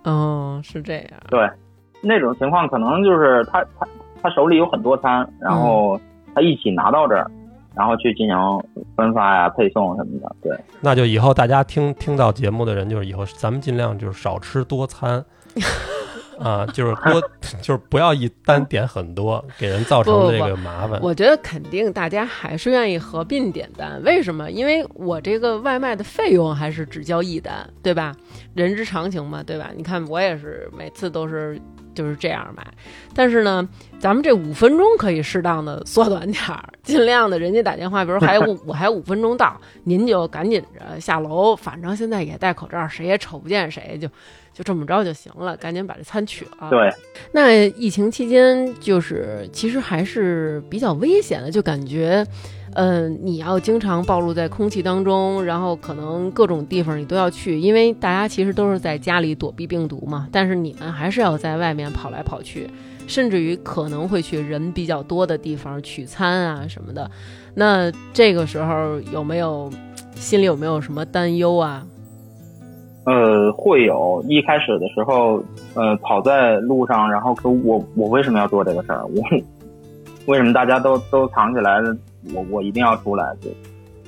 哦，是这样，
对，那种情况可能就是他他他手里有很多餐，然后他一起拿到这儿，然后去进行分发呀、配送什么的。对，
那就以后大家听听到节目的人，就是以后咱们尽量就是少吃多 餐。啊，就是多，就是不要一单点很多，给人造成
不不
这个麻烦。
我觉得肯定大家还是愿意合并点单，为什么？因为我这个外卖的费用还是只交一单，对吧？人之常情嘛，对吧？你看我也是每次都是就是这样买，但是呢，咱们这五分钟可以适当的缩短点儿，尽量的人家打电话，比如还有五我还有五分钟到，您就赶紧着下楼，反正现在也戴口罩，谁也瞅不见谁，就就这么着就行了，赶紧把这餐取了。啊
对，
那疫情期间，就是其实还是比较危险的，就感觉，呃，你要经常暴露在空气当中，然后可能各种地方你都要去，因为大家其实都是在家里躲避病毒嘛，但是你们还是要在外面跑来跑去，甚至于可能会去人比较多的地方取餐啊什么的。那这个时候有没有心里有没有什么担忧啊？
呃，会有一开始的时候，呃，跑在路上，然后可我我为什么要做这个事儿？我 为什么大家都都藏起来了？我我一定要出来，就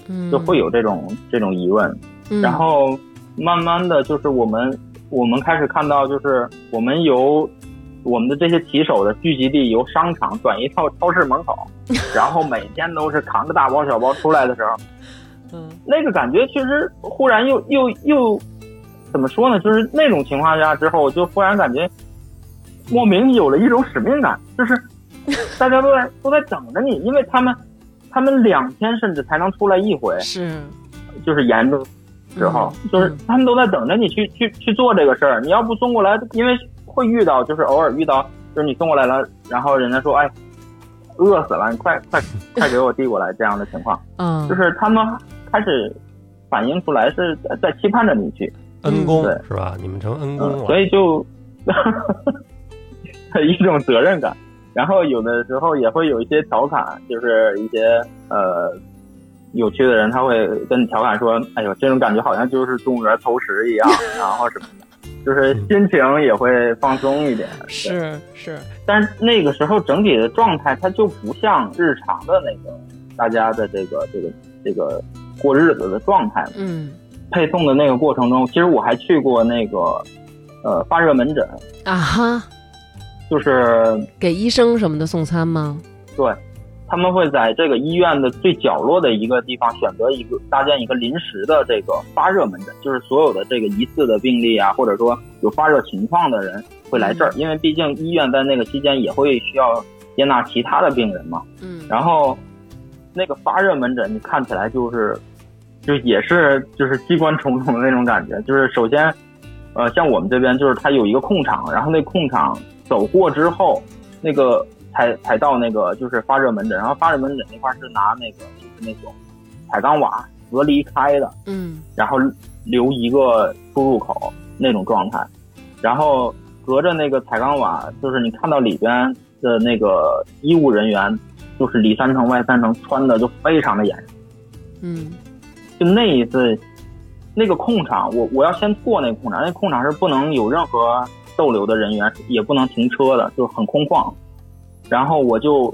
嗯，
就会有这种这种疑问。
嗯，
然后慢慢的就是我们我们开始看到，就是我们由我们的这些骑手的聚集地由商场转移到超市门口， 然后每天都是扛着大包小包出来的时候，
嗯
那个感觉其实忽然又又又怎么说呢？就是那种情况下之后，我就忽然感觉莫名有了一种使命感， 就是大家都在都在等着你，因为他们他们两天甚至才能出来一回，
是
就是严重时候，
嗯
就是他们都在等着你去去去做这个事儿。你要不送过来，因为会遇到，就是偶尔遇到，就是你送过来了，然后人家说：“哎，饿死了，你快快快给我递过来。”这样的情况，
嗯，
就是他们开始反映出来是在在期盼着你去，
恩公
嗯
是吧？你们成恩
嗯
公，了
所，以就 一种责任感。然后有的时候也会有一些调侃，就是一些呃有趣的人，他会跟你调侃说：“哎呦，这种感觉好像就是动物园投食一样，然后什么的，就是心情也会放松一点。”
是是，
但是那个时候整体的状态，它就不像日常的那个大家的这个这个这个过日子的状态嘛。
嗯
配送的那个过程中，其实我还去过那个呃发热门诊，
啊哈，
就是
给医生什么的送餐吗？
对，他们会在这个医院的最角落的一个地方选择一个搭建一个临时的这个发热门诊，就是所有的这个疑似的病例啊，或者说有发热情况的人会来这儿，因为毕竟医院在那个期间也会需要接纳其他的病人嘛。
嗯，
然后那个发热门诊，你看起来就是，就也是就是机关重重的那种感觉。就是首先，呃，像我们这边就是它有一个空场，然后那空场走过之后，那个才才到那个就是发热门诊，然后发热门诊那块儿是拿那个就是那种彩钢瓦隔离开的，
嗯
然后留一个出入口那种状态，然后隔着那个彩钢瓦，就是你看到里边的那个医务人员，就是里三层外三层，穿的就非常的严实。
嗯
就那一次，那个空场，我我要先过那个空场，那空场是不能有任何逗留的人员，也不能停车的，就很空旷。然后我就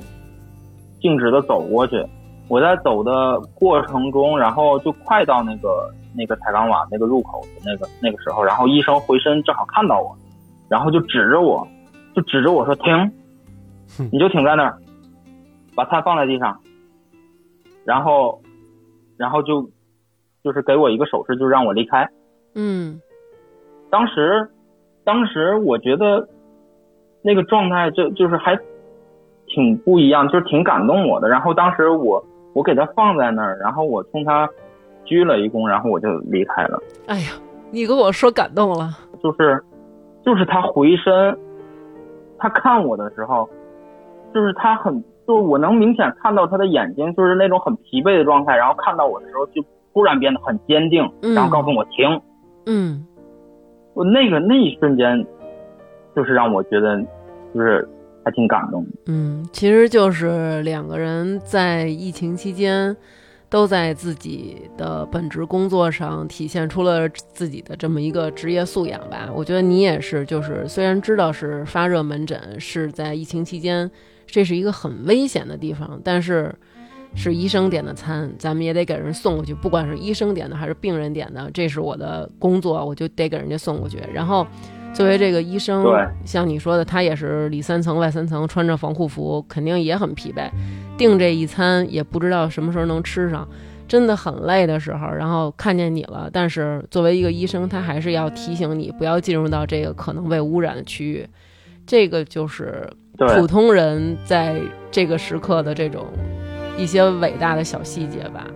径直的走过去，我在走的过程中，然后就快到那个那个彩钢瓦那个入口的那个那个时候，然后医生回身正好看到我，然后就指着我，就指着我说停
哼，
你就停在那儿，把菜放在地上，然后然后就就是给我一个手势，就让我离开。
嗯
当时，当时我觉得那个状态就就是还挺不一样，就是挺感动我的。然后当时我我给他放在那儿，然后我冲他鞠了一躬，然后我就离开了。
哎呀，你跟我说感动了，
就是就是他回身，他看我的时候，就是他很就是我能明显看到他的眼睛，就是那种很疲惫的状态。然后看到我的时候，就突然变得很坚定，
嗯
然后告诉我停。
嗯
我那个那一瞬间，就是让我觉得，就是还挺感动的。
嗯，其实就是两个人在疫情期间，都在自己的本职工作上体现出了自己的这么一个职业素养吧。我觉得你也是，就是虽然知道是发热门诊是在疫情期间，这是一个很危险的地方，但是是医生点的餐，咱们也得给人送过去，不管是医生点的还是病人点的，这是我的工作，我就得给人家送过去。然后作为这个医生
对，
像你说的，他也是里三层外三层，穿着防护服，肯定也很疲惫。订这一餐也不知道什么时候能吃上，真的很累的时候，然后看见你了，但是作为一个医生，他还是要提醒你不要进入到这个可能被污染的区域。这个就是
对，
普通人在这个时刻的这种一些伟大的小细节吧。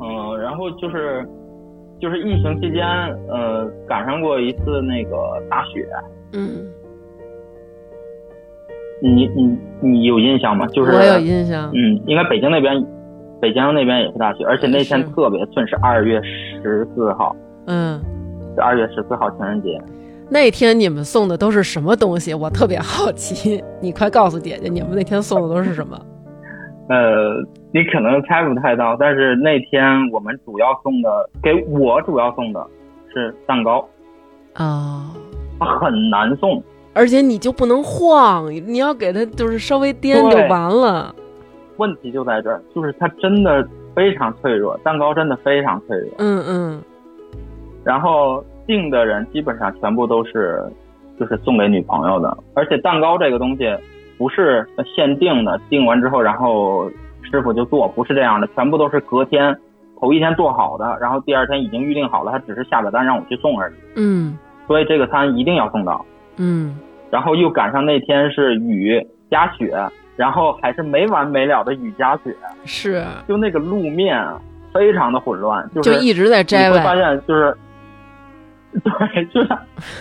嗯，然后就是就是疫情期间，呃，赶上过一次那个大雪，
嗯，
你你你有印象吗？就是
我有印象。
嗯，应该北京那边，北京那边也是大雪，而且那天
是
特别寸，是二月十四号，
嗯，
是二月十四号情人节。
那天你们送的都是什么东西？我特别好奇， 你快告诉姐姐，你们那天送的都是什么？
呃，你可能猜不太到，但是那天我们主要送的，给我主要送的是蛋糕，
啊、
它很难送。
而且你就不能晃，你要给它就是稍微颠就
对
完了。
问题就在这儿，就是它真的非常脆弱，蛋糕真的非常脆弱。
嗯嗯，
然后订的人基本上全部都是，就是送给女朋友的。而且蛋糕这个东西不是限定的，订完之后然后师傅就做，不是这样的，全部都是隔天头一天做好的，然后第二天已经预定好了，他只是下了单让我去送而已。
嗯
所以这个餐一定要送到。
嗯，
然后又赶上那天是雨加雪，然后还是没完没了的雨加雪，
是，
就那个路面啊非常的混乱，就
就是一直在摘
你会发
外。
现就是， 对，就是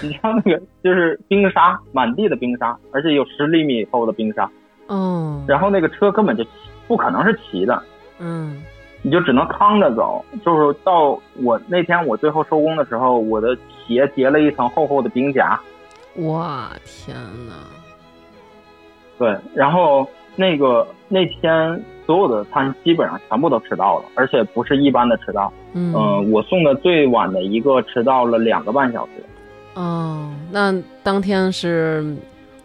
你像那个就是冰沙，满地的冰沙，而且有十厘米厚的冰沙，
哦，
然后那个车根本就不可能是骑的，
嗯
你就只能趟着走。就是到我那天我最后收工的时候，我的鞋结了一层厚厚的冰夹，
哇，天哪！
对，然后那个那天所有的餐基本上全部都迟到了，而且不是一般的迟到，
嗯、
嗯、我送的最晚的一个迟到了两个半小时。
哦，那当天是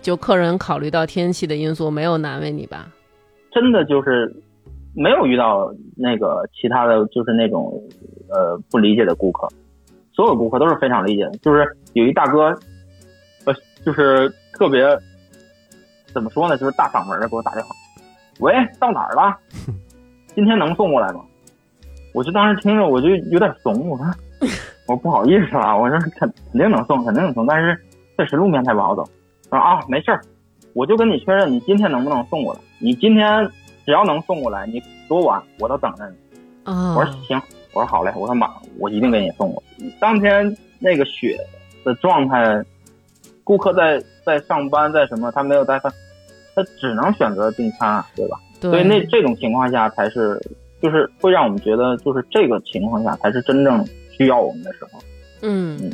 就客人考虑到天气的因素，没有难为你吧？
真的就是没有遇到那个其他的就是那种呃不理解的顾客，所有顾客都是非常理解的。就是有一大哥，呃，就是特别怎么说呢，就是大嗓门的给我打电话，喂，到哪儿了？今天能送过来吗？我就当时听着我就有点怂，我说哎我说不好意思啊，我说肯肯定能送，肯定能送，但是确实路面太不好走。他说啊，没事儿，我就跟你确认，你今天能不能送过来？你今天只要能送过来，你多晚我都等着你。
啊、
我说行，我说好嘞，我说马，我一定给你送过来。当天那个雪的状态，顾客在在上班，在什么，他没有在饭，他只能选择订餐啊，对吧？
对，
所以那这种情况下才是，就是会让我们觉得，就是这个情况下才是真正需要我们的时候。
嗯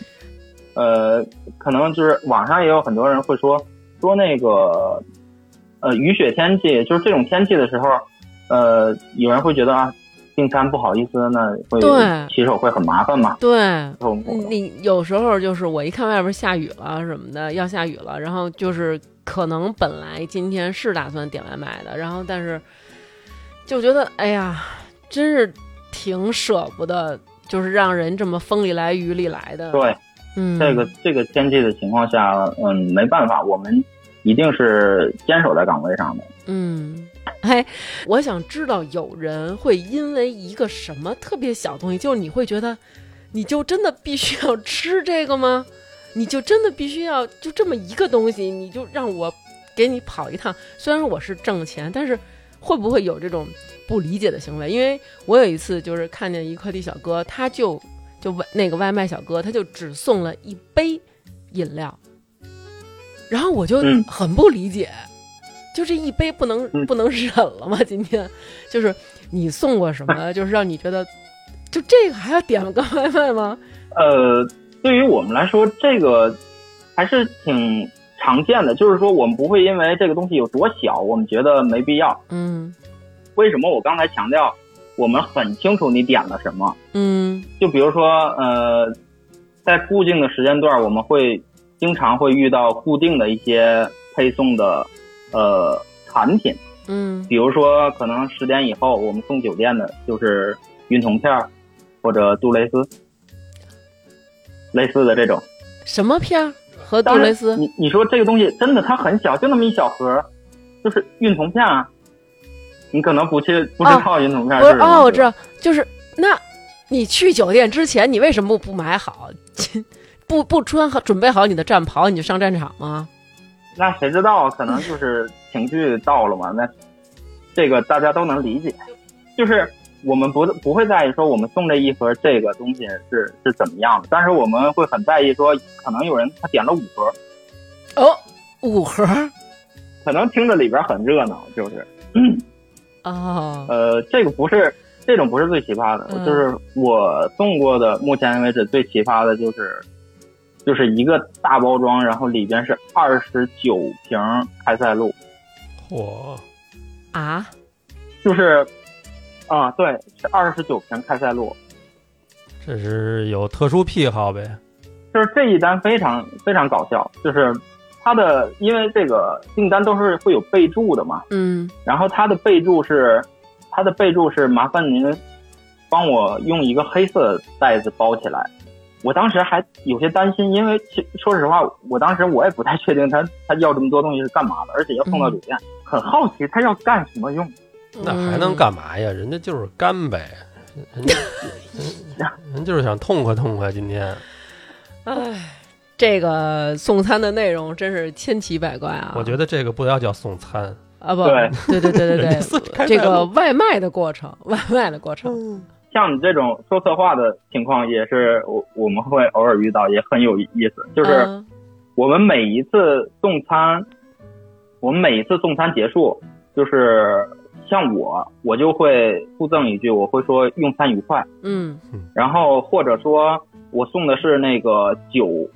呃，可能就是网上也有很多人会说说那个，呃，雨雪天气，就是这种天气的时候，呃，有人会觉得啊，订餐不好意思，那会
对嗯
骑手会很麻烦嘛。
对，
我
你有时候就是我一看外边下雨了什么的，要下雨了，然后就是可能本来今天是打算点外卖的，然后但是就觉得哎呀，真是挺舍不得就是让人这么风里来雨里来的。
对，
嗯，
这个这个天气的情况下，嗯，没办法，我们一定是坚守在岗位上的。
嗯，哎，我想知道有人会因为一个什么特别小东西，就是你会觉得，你就真的必须要吃这个吗？你就真的必须要就这么一个东西，你就让我给你跑一趟。虽然我是挣钱，但是会不会有这种不理解的行为？因为我有一次就是看见一快递小哥，他就就外那个外卖小哥，他就只送了一杯饮料，然后我就
嗯
很不理解。就这一杯不能
嗯
不能忍了吗？今天就是你送过什么，就是让你觉得就这个还要点个外卖吗？
呃，对于我们来说，这个还是挺常见的，就是说我们不会因为这个东西有多小，我们觉得没必要。
嗯
为什么我刚才强调，我们很清楚你点了什么？
嗯
就比如说，呃，在固定的时间段，我们会经常会遇到固定的一些配送的呃产品，
嗯
比如说可能十点以后我们送酒店的就是云彤片儿或者杜蕾斯，类似的这种。
什么片儿和杜
当然
蕾斯？
你你说这个东西真的它很小，就那么一小盒儿，就是孕酮片啊。你可能不去不知道孕酮片
不
是
是
什么、
哦，我知道，就是那，你去酒店之前，你为什么不买好， 不不穿好准备好你的战袍，你就上战场吗？
那谁知道？可能就是情绪到了嘛。那这个大家都能理解，就是我们不不会在意说我们送这一盒这个东西是是怎么样的，但是我们会很在意说，可能有人他点了五盒，
哦，五盒儿
可能听着里边很热闹，就是
哦，
呃，这个不是这种不是最奇葩的，
嗯
就是我送过的目前为止最奇葩的就是就是一个大包装，然后里边是二十九瓶开塞露。
嚯，
啊，
就是，啊，对，是二十九瓶开塞露，
这是有特殊癖好呗？
就是这一单非常非常搞笑，就是它的因为这个订单都是会有备注的嘛，
嗯
然后它的备注是它的备注是麻烦您帮我用一个黑色袋子包起来。我当时还有些担心，因为其说实话，我当时我也不太确定他他要这么多东西是干嘛的，而且要送到酒店，很好奇他要干什么用。
那还
嗯
能干嘛呀？人家就是干呗，人 家人人就是想痛快痛快。今天
哎，这个送餐的内容真是千奇百怪啊！
我觉得这个不要叫送餐，
啊，不，
对
对对对 对
人家是开
对，这
外
个
卖
外卖的过程，外卖的过程，
嗯像你这种说策划的情况，也是我我们会偶尔遇到，也很有意思。就是
嗯
我们每一次送餐，我们每一次送餐结束，就是像我，我就会附赠一句，我会说用餐愉快，
嗯
然后或者说我送的是那个酒，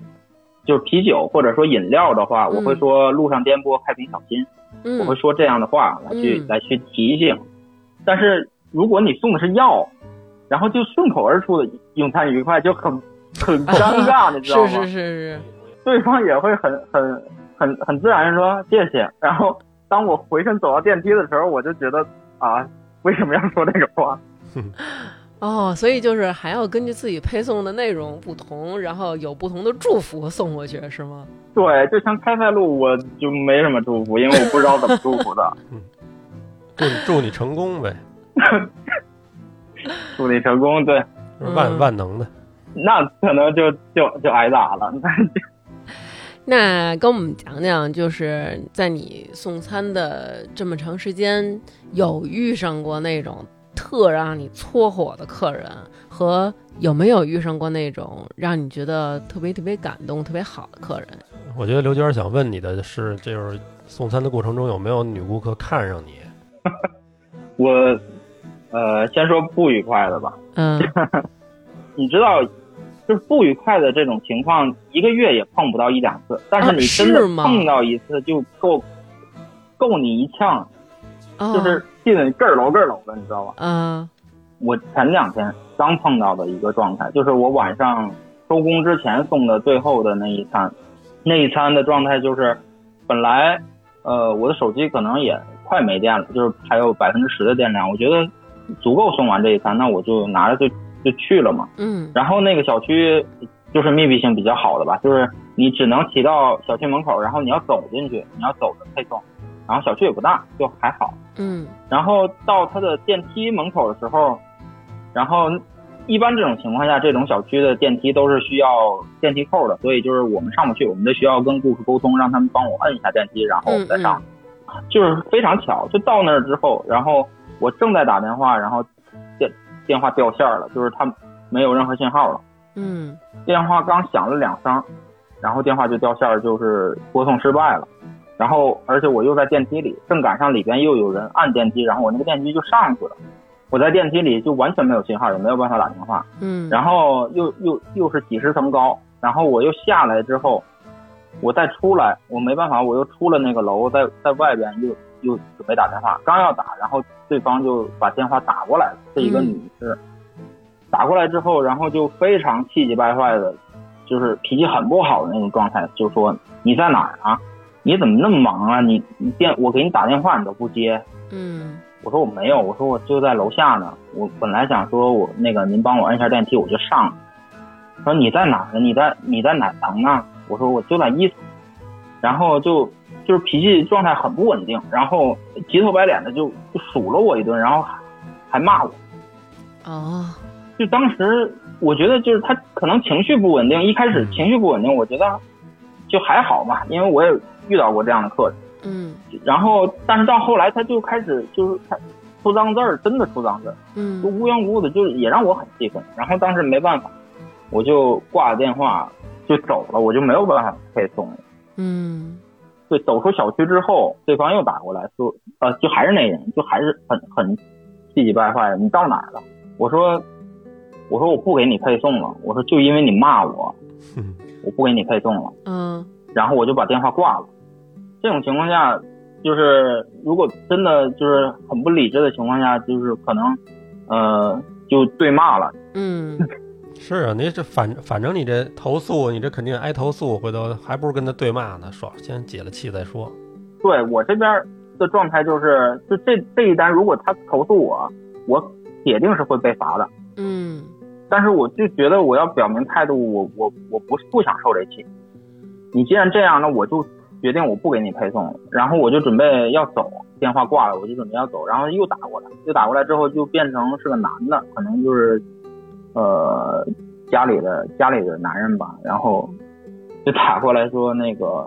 就是啤酒或者说饮料的话，
嗯
我会说路上颠簸，开瓶小心。我会
嗯
说这样的话来去、
嗯
来去提醒。但是如果你送的是药，然后就顺口而出的用餐愉快，就很 很尴尬，你知道
嗯是
吗？
是是是，
对方也会很很很很自然地说谢谢。然后当我回身走到电梯的时候，我就觉得啊，为什么要说这种话？
哦，所以就是还要根据自己配送的内容不同，然后有不同的祝福送过去，是吗？
对，就像开塞露，我就没什么祝福，因为我不知道怎么祝福 的。
祝你祝你成功呗，
祝你成功，对，
是万
嗯
万能的。
那可能就就就挨打了。
那跟我们讲讲，就是在你送餐的这么长时间，有遇上过那种特让你搓火的客人，和有没有遇上过那种让你觉得特别特别感动、特别好的客人？
我觉得刘娟儿想问你的是，就是送餐的过程中有没有女顾客看上你？
我呃，先说不愉快的吧。
嗯
你知道，就是不愉快的这种情况，一个月也碰不到一两次，但是你真的
啊是吗
碰到一次就够，够你一呛，
哦，
就是气得你咯儿楼咯儿楼的，你知道吧？
嗯
我前两天刚碰到的一个状态，就是我晚上收工之前送的最后的那一餐，那一餐的状态就是，本来呃我的手机可能也快没电了，就是还有百分之十的电量，我觉得足够送完这一餐，那我就拿着最就去了嘛。
嗯
然后那个小区就是密闭性比较好的吧，就是你只能骑到小区门口，然后你要走进去，你要走着配送。然后小区也不大，就还好。
嗯
然后到它的电梯门口的时候，然后一般这种情况下，这种小区的电梯都是需要电梯扣的，所以就是我们上不去，我们得需要跟顾客沟通，让他们帮我摁一下电梯，然后我们再上。啊就是非常巧，就到那儿之后，然后我正在打电话，然后电电话掉线儿了，就是它没有任何信号了。
嗯
电话刚响了两声，然后电话就掉线儿，就是拨送失败了。然后，而且我又在电梯里，正赶上里边又有人按电梯，然后我那个电梯就上去了。我在电梯里就完全没有信号，也没有办法打电话。
嗯，
然后又又又是几十层高，然后我又下来之后，我再出来，我没办法，我又出了那个楼，在在外边又又准备打电话，刚要打，然后对方就把电话打过来了，是一个女士，打过来之后，然后就非常气急败坏的，就是脾气很不好的那种状态，就说你在哪儿啊？你怎么那么忙啊？你你电我给你打电话你都不接，
嗯
我说我没有，我说我就在楼下呢。我本来想说我那个您帮我按一下电梯，我就上了。他说你在哪儿呢？你在你在哪层呢？我说我就在一层。然后就就是脾气状态很不稳定，然后急头白脸的就就数落我一顿，然后还还骂我。
哦
就当时我觉得就是他可能情绪不稳定，一开始情绪不稳定，我觉得就还好嘛，因为我也遇到过这样的客人。
嗯
然后但是到后来他就开始就是他出脏字儿，真的出脏字儿。
嗯
就无缘无故的，就是也让我很气愤。然后当时没办法，我就挂了电话就走了，我就没有办法配送了。
嗯
对，走出小区之后，对方又打过来说，呃，就还是那人，就还是很很气急败坏。你到哪儿了？我说，我说我不给你配送了。我说就因为你骂我，
嗯
我不给你配送了。
嗯
然后我就把电话挂了。这种情况下，就是如果真的就是很不理智的情况下，就是可能，呃，就对骂了。
嗯
是啊，你这反反正你这投诉，你这肯定挨投诉，回头还不如跟他对骂呢，爽，先解了气再说。
对我这边的状态就是，就这这一单，如果他投诉我，我铁定是会被罚的。
嗯
但是我就觉得我要表明态度，我我我不不想受这气。你既然这样，那我就决定我不给你配送了。然后我就准备要走，电话挂了，我就准备要走。然后又打过来，又打过来之后就变成是个男的，可能就是呃家里的家里的男人吧。然后就打过来说那个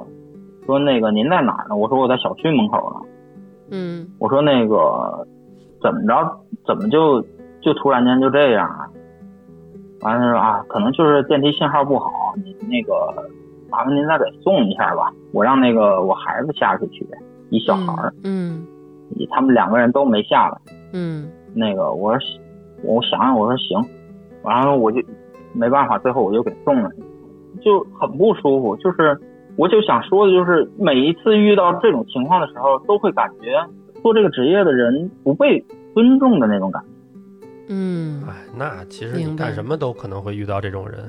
说那个您在哪儿呢？我说我在小区门口呢。
嗯
我说那个怎么着，怎么就就突然间就这样啊？完了他说啊，可能就是电梯信号不好，你那个麻烦您再给送一下吧，我让那个我孩子下去取，一小孩儿，
嗯
他们两个人都没下来。
嗯
那个我说我想想，我说行，完了我就没办法，最后我就给送了，就很不舒服。就是我就想说的，就是每一次遇到这种情况的时候，都会感觉做这个职业的人不被尊重的那种感觉。
嗯
哎，那其实你
明白
干什么都可能会遇到这种人。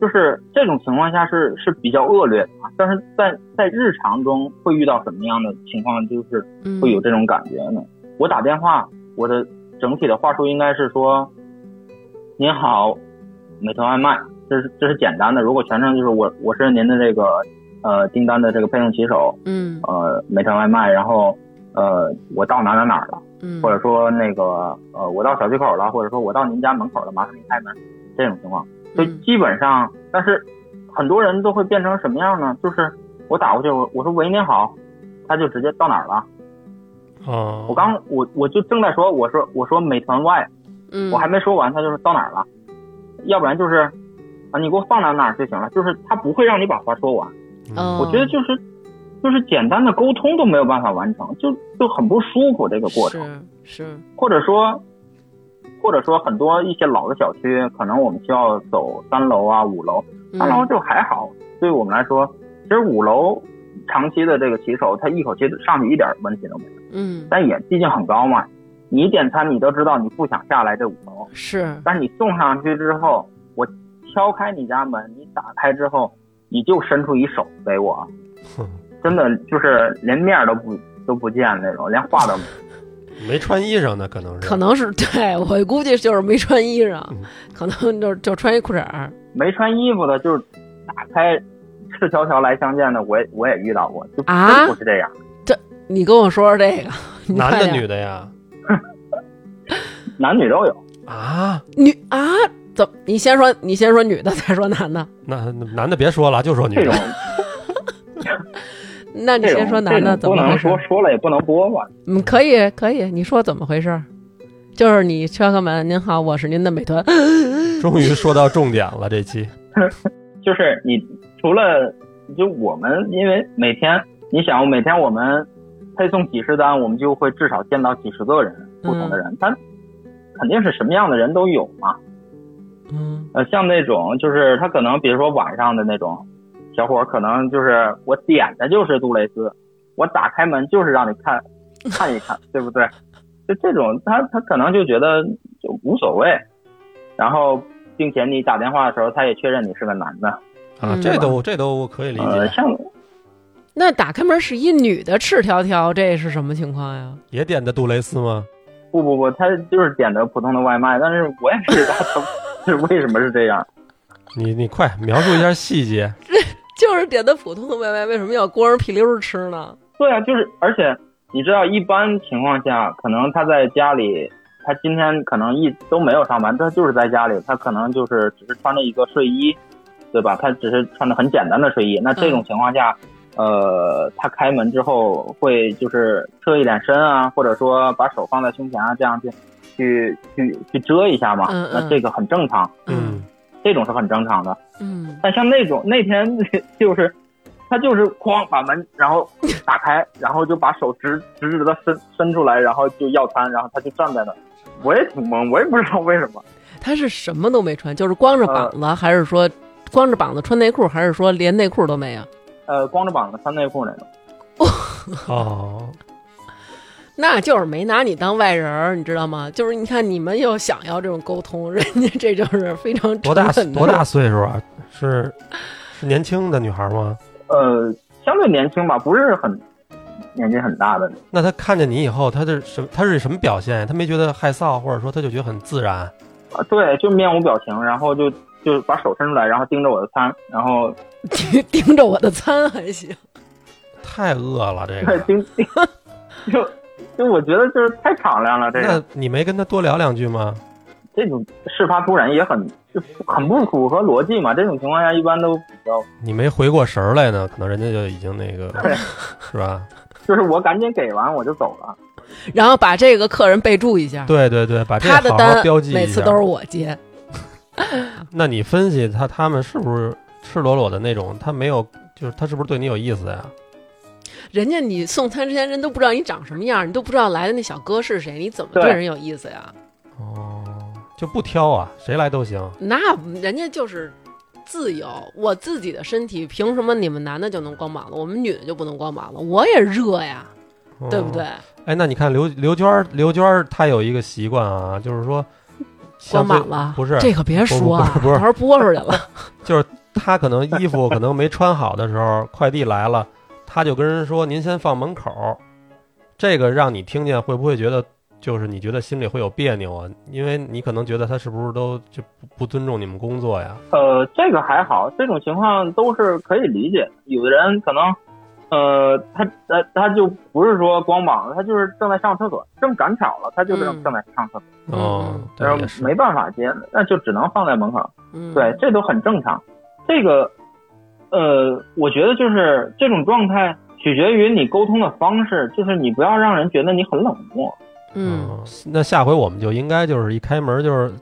就是这种情况下是是比较恶劣的啊，但是在在日常中会遇到什么样的情况，就是
嗯
会有这种感觉呢？我打电话，我的整体的话术应该是说：“您好，美团外卖。”这是这是简单的。如果全称就是我我是您的这个呃订单的这个配送骑手，
嗯
呃美团外卖，然后呃我到哪哪哪儿了，
嗯
或者说那个呃我到小区口了，或者说我到您家门口了，麻烦您开门，这种情况。所以
嗯
基本上，但是很多人都会变成什么样呢？就是我打过去，我我说喂您好，他就直接到哪儿了。
哦，
我刚我我就正在说，我说我说美团外，
嗯
我还没说完，他就是到哪儿了，要不然就是啊，你给我放到哪儿就行了，就是他不会让你把话说完。
嗯
我觉得就是就是简单的沟通都没有办法完成，就就很不舒服这个过程，
是是
或者说。或者说很多一些老的小区，可能我们需要走三楼啊、五楼，
嗯
三楼就还好，对于我们来说，其实五楼长期的这个骑手，他一口气上去一点问题都没有。
嗯嗯
但也毕竟很高嘛。你点餐，你都知道你不想下来这五楼，
是
但你送上去之后，我敲开你家门，你打开之后，你就伸出一手给我，
哼
真的就是连面都不都不见那种，连话都没有。
没穿衣裳呢，可能是
可能是对我估计就是没穿衣裳
嗯，
可能就就穿一裤衩儿。
没穿衣服的，就是打开赤条条来相见的，我也我也遇到过，就
啊
真不是这样。
你跟我说说这个，你
男
快
的
点
女的呀
男女都有，
啊，
女啊？怎么？你先说，你先说女的，再说男的。
那那男的别说了，就说女
这种
的，
那 你
这
先
种
说男
这
的
种
怎
不
么回
能
事
说？说了也不能播吧？
嗯，可以，可以，你说怎么回事？就是你，车客们，您好，我是您的美团。
终于说到重点了，这期
就是你除了就我们，因为每天你想，每天我们配送几十单，我们就会至少见到几十个人，不
嗯
同的人，他肯定是什么样的人都有嘛。
嗯
呃，像那种就是他可能比如说晚上的那种小伙儿，可能就是我点的就是杜蕾斯，我打开门就是让你看看一看，对不对？就这种他他可能就觉得就无所谓，然后并且你打电话的时候，他也确认你是个男的，
啊，
嗯
这都这都可以理
呃，
解，
像
那打开门是一女的赤条条，这是什么情况呀？
也点的杜蕾斯吗？
不不不，他就是点的普通的外卖，但是我也不知道他是为什么是这样。
你你快描述一下细节，
就是点的普通的外卖，为什么要光着屁溜吃呢？
对啊，就是而且你知道，一般情况下，可能他在家里，他今天可能一都没有上班，他就是在家里，他可能就是只是穿着一个睡衣，对吧？他只是穿的很简单的睡衣。那
嗯
这种情况下，呃，他开门之后会就是侧一点身啊，或者说把手放在胸前啊，这样去去去去遮一下嘛。
嗯嗯
那这个很正常，
嗯，
这种是很正常的。
嗯
但像那种那天 就是，他就是哐把门然后打开，然后就把手直直直的伸伸出来，然后就要餐，然后他就站在那儿，我也挺懵，我也不知道为什么。
他是什么都没穿，就是光着膀子，还是说光着膀子穿内裤，还是说连内裤都没有？啊
呃，光着膀子穿内裤那种，
哦，
那就是没拿你当外人儿，你知道吗？就是你看你们又想要这种沟通，人家这就是非常
多 大
诚恳的
多大岁数啊？是是年轻的女孩吗？
呃，相对年轻吧，不是很年纪很大的。
那她看见你以后，她是什她是什么表现？她没觉得害臊，或者说她就觉得很自然
啊，对，就面无表情，然后就就把手伸出来，然后盯着我的餐，然后
盯盯着我的餐还行。
太饿了这
对
个。
盯盯， 就就我觉得就是太敞亮了，这个
那你没跟她多聊两句吗？
这种事发突然也很就很不符合逻辑嘛。这种情况下一般都比较，
你没回过神儿来呢，可能人家就已经那个，是吧？
就是我赶紧给完我就走了。
然后把这个客人备注一下，
对对对，把这
他的
个好好
单
标记一下。
每次都是我接。
那你分析他他们是不是赤裸裸的那种？他没有，就是他是不是对你有意思呀？
人家你送餐之前，人都不知道你长什么样，你都不知道来的那小哥是谁，你怎么
对
对人有意思呀？
哦，就不挑啊，谁来都行。
那人家就是自由，我自己的身体凭什么你们男的就能光膀子，我们女的就不能光膀子？我也热呀，
哦
对不对？？
哎，那你看刘刘娟儿，刘娟儿她有一个习惯啊，就是说，
光
像最
膀子
不是
这可别说啊，
不不不是不是
到时候播出去了。
就是她可能衣服可能没穿好的时候，快递来了，她就跟人说：“您先放门口。”这个让你听见，会不会觉得就是你觉得心里会有别扭啊？因为你可能觉得他是不是都就不不尊重你们工作呀？
呃，这个还好，这种情况都是可以理解。有的人可能，呃，他他他就不是说光膀子，他就是正在上厕所，正赶巧了，他就是
嗯
正在上厕所，
哦
嗯，
对
然，后
也是
没办法接，那就只能放在门口。
嗯，
对，这都很正常。这个，呃，我觉得就是这种状态取决于你沟通的方式，就是你不要让人觉得你很冷漠。
嗯，
哦，那下回我们就应该就是一开门就是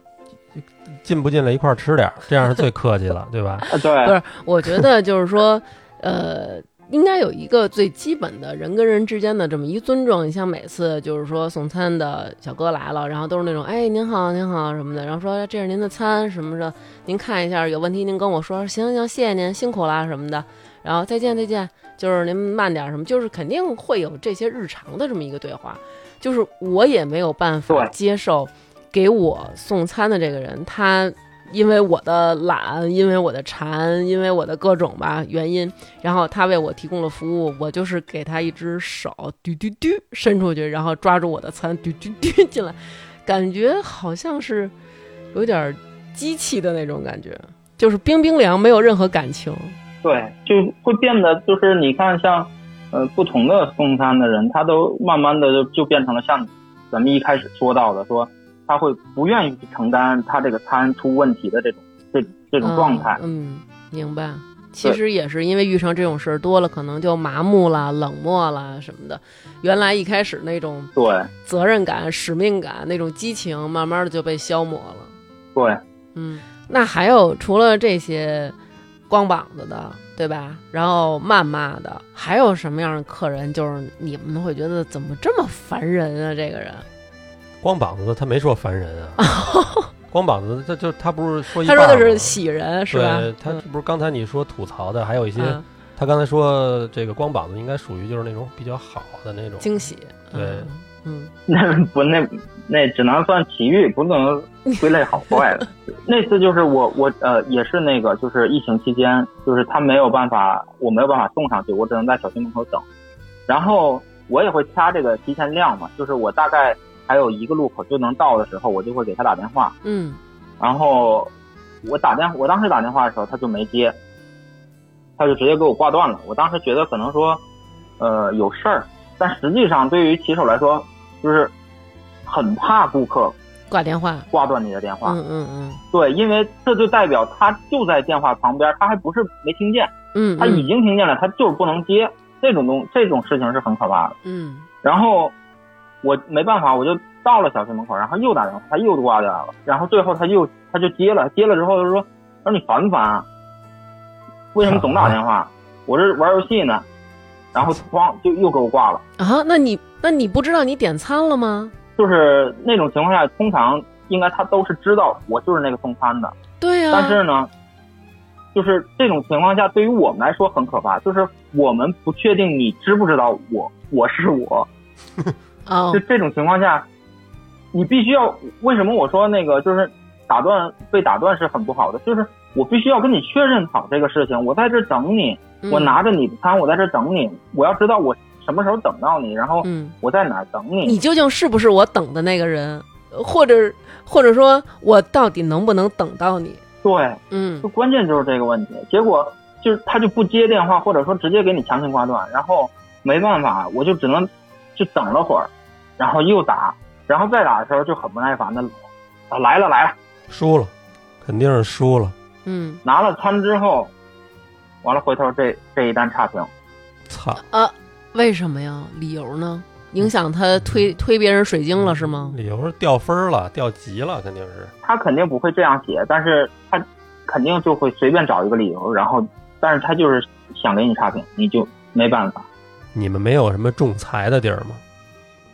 进不进来一块儿吃点，儿，这样是最客气了，对 吧？
啊， 对，
不是，我觉得就是说，呃，应该有一个最基本的人跟人之间的这么一尊重。你像每次就是说送餐的小哥来了，然后都是那种哎您好您好什么的，然后说这是您的餐什么的，您看一下有问题您跟我说，行行谢谢您辛苦啦什么的，然后再见再见，就是您慢点儿什么，就是肯定会有这些日常的这么一个对话。就是我也没有办法
对
接受给我送餐的这个人他因为我的懒，因为我的馋，因为我的各种吧原因，然后他为我提供了服务，我就是给他一只手，嘟嘟嘟伸出去，然后抓住我的餐，嘟嘟嘟进来，感觉好像是有点儿机器的那种感觉，就是冰冰凉，没有任何感情。
对，就会变得就是你看像，呃，不同的送餐的人，他都慢慢的就就变成了像咱们一开始说到的，说他会不愿意去承担他这个餐出问题的这种这这种状态。
嗯，嗯明白。其实也是因为遇上这种事儿多了，可能就麻木了、冷漠了什么的。原来一开始那种
对
责任感、使命感、那种激情，慢慢的就被消磨了。
对，
嗯，那还有除了这些光膀子的，对吧？然后谩骂的，还有什么样的客人，就是你们会觉得怎么这么烦人啊？这个人，
光膀子他没说烦人 啊，光膀子他就他不是说一
他说的
半吗
是喜人，是吧
对？他
嗯
不是刚才你说吐槽的，还有一些、
嗯
他刚才说这个光膀子应该属于就是那种比较好的那种，
惊喜，
对
嗯，嗯，
那不那那只能算奇遇，不能归类好坏了。那次就是我我呃也是那个就是疫情期间，就是他没有办法，我没有办法送上去，我只能在小区门口等。然后我也会掐这个提前量嘛，就是我大概还有一个路口就能到的时候，我就会给他打电话。
嗯，
然后我打电，我当时打电话的时候他就没接，他就直接给我挂断了。我当时觉得可能说，呃，有事儿，但实际上对于骑手来说，就是很怕顾客
挂电话，
挂断你的电话，
嗯嗯嗯
对，因为这就代表他就在电话旁边，他还不是没听见，
嗯，
他已经听见了，他就是不能接。这种东这种事情是很可怕的。
嗯
然后我没办法，我就到了小区门口，然后又打电话，他又挂掉了，然后最后他又他就接了，接了之后他说：“他说你烦不烦啊？为什么总打电话？ 我这玩游戏呢。”然后咣就又给我挂了。
啊，那你那你不知道你点餐了吗？
就是那种情况下，通常应该他都是知道我就是那个送餐的，
对啊呀、
但是呢，就是这种情况下对于我们来说很可怕，就是我们不确定你知不知道我我是我，
哦
就，这种情况下，你必须要为什么我说那个就是打断被打断是很不好的，就是我必须要跟你确认好这个事情，我在这等你，
嗯
我拿着你的餐，我在这等你，我要知道我什么时候等到你，然后
嗯，
我在哪儿等 你。
你究竟是不是我等的那个人，或者或者说我到底能不能等到你？
对，
嗯
就关键就是这个问题。结果就是他就不接电话，或者说直接给你强行挂断，然后没办法，我就只能就等了会儿，然后又打，然后再打的时候就很不耐烦的，啊来了来了。
输了，肯定是输了。
嗯
拿了餐之后，完了回头这这一单差评，
操，
啊，为什么呀？理由呢？影响他推推别人水晶了是吗？
理由是掉分儿了，掉级了，肯定是。
他肯定不会这样写，但是他肯定就会随便找一个理由，然后，但是他就是想给你差评，你就没办法。
你们没有什么仲裁的地儿吗？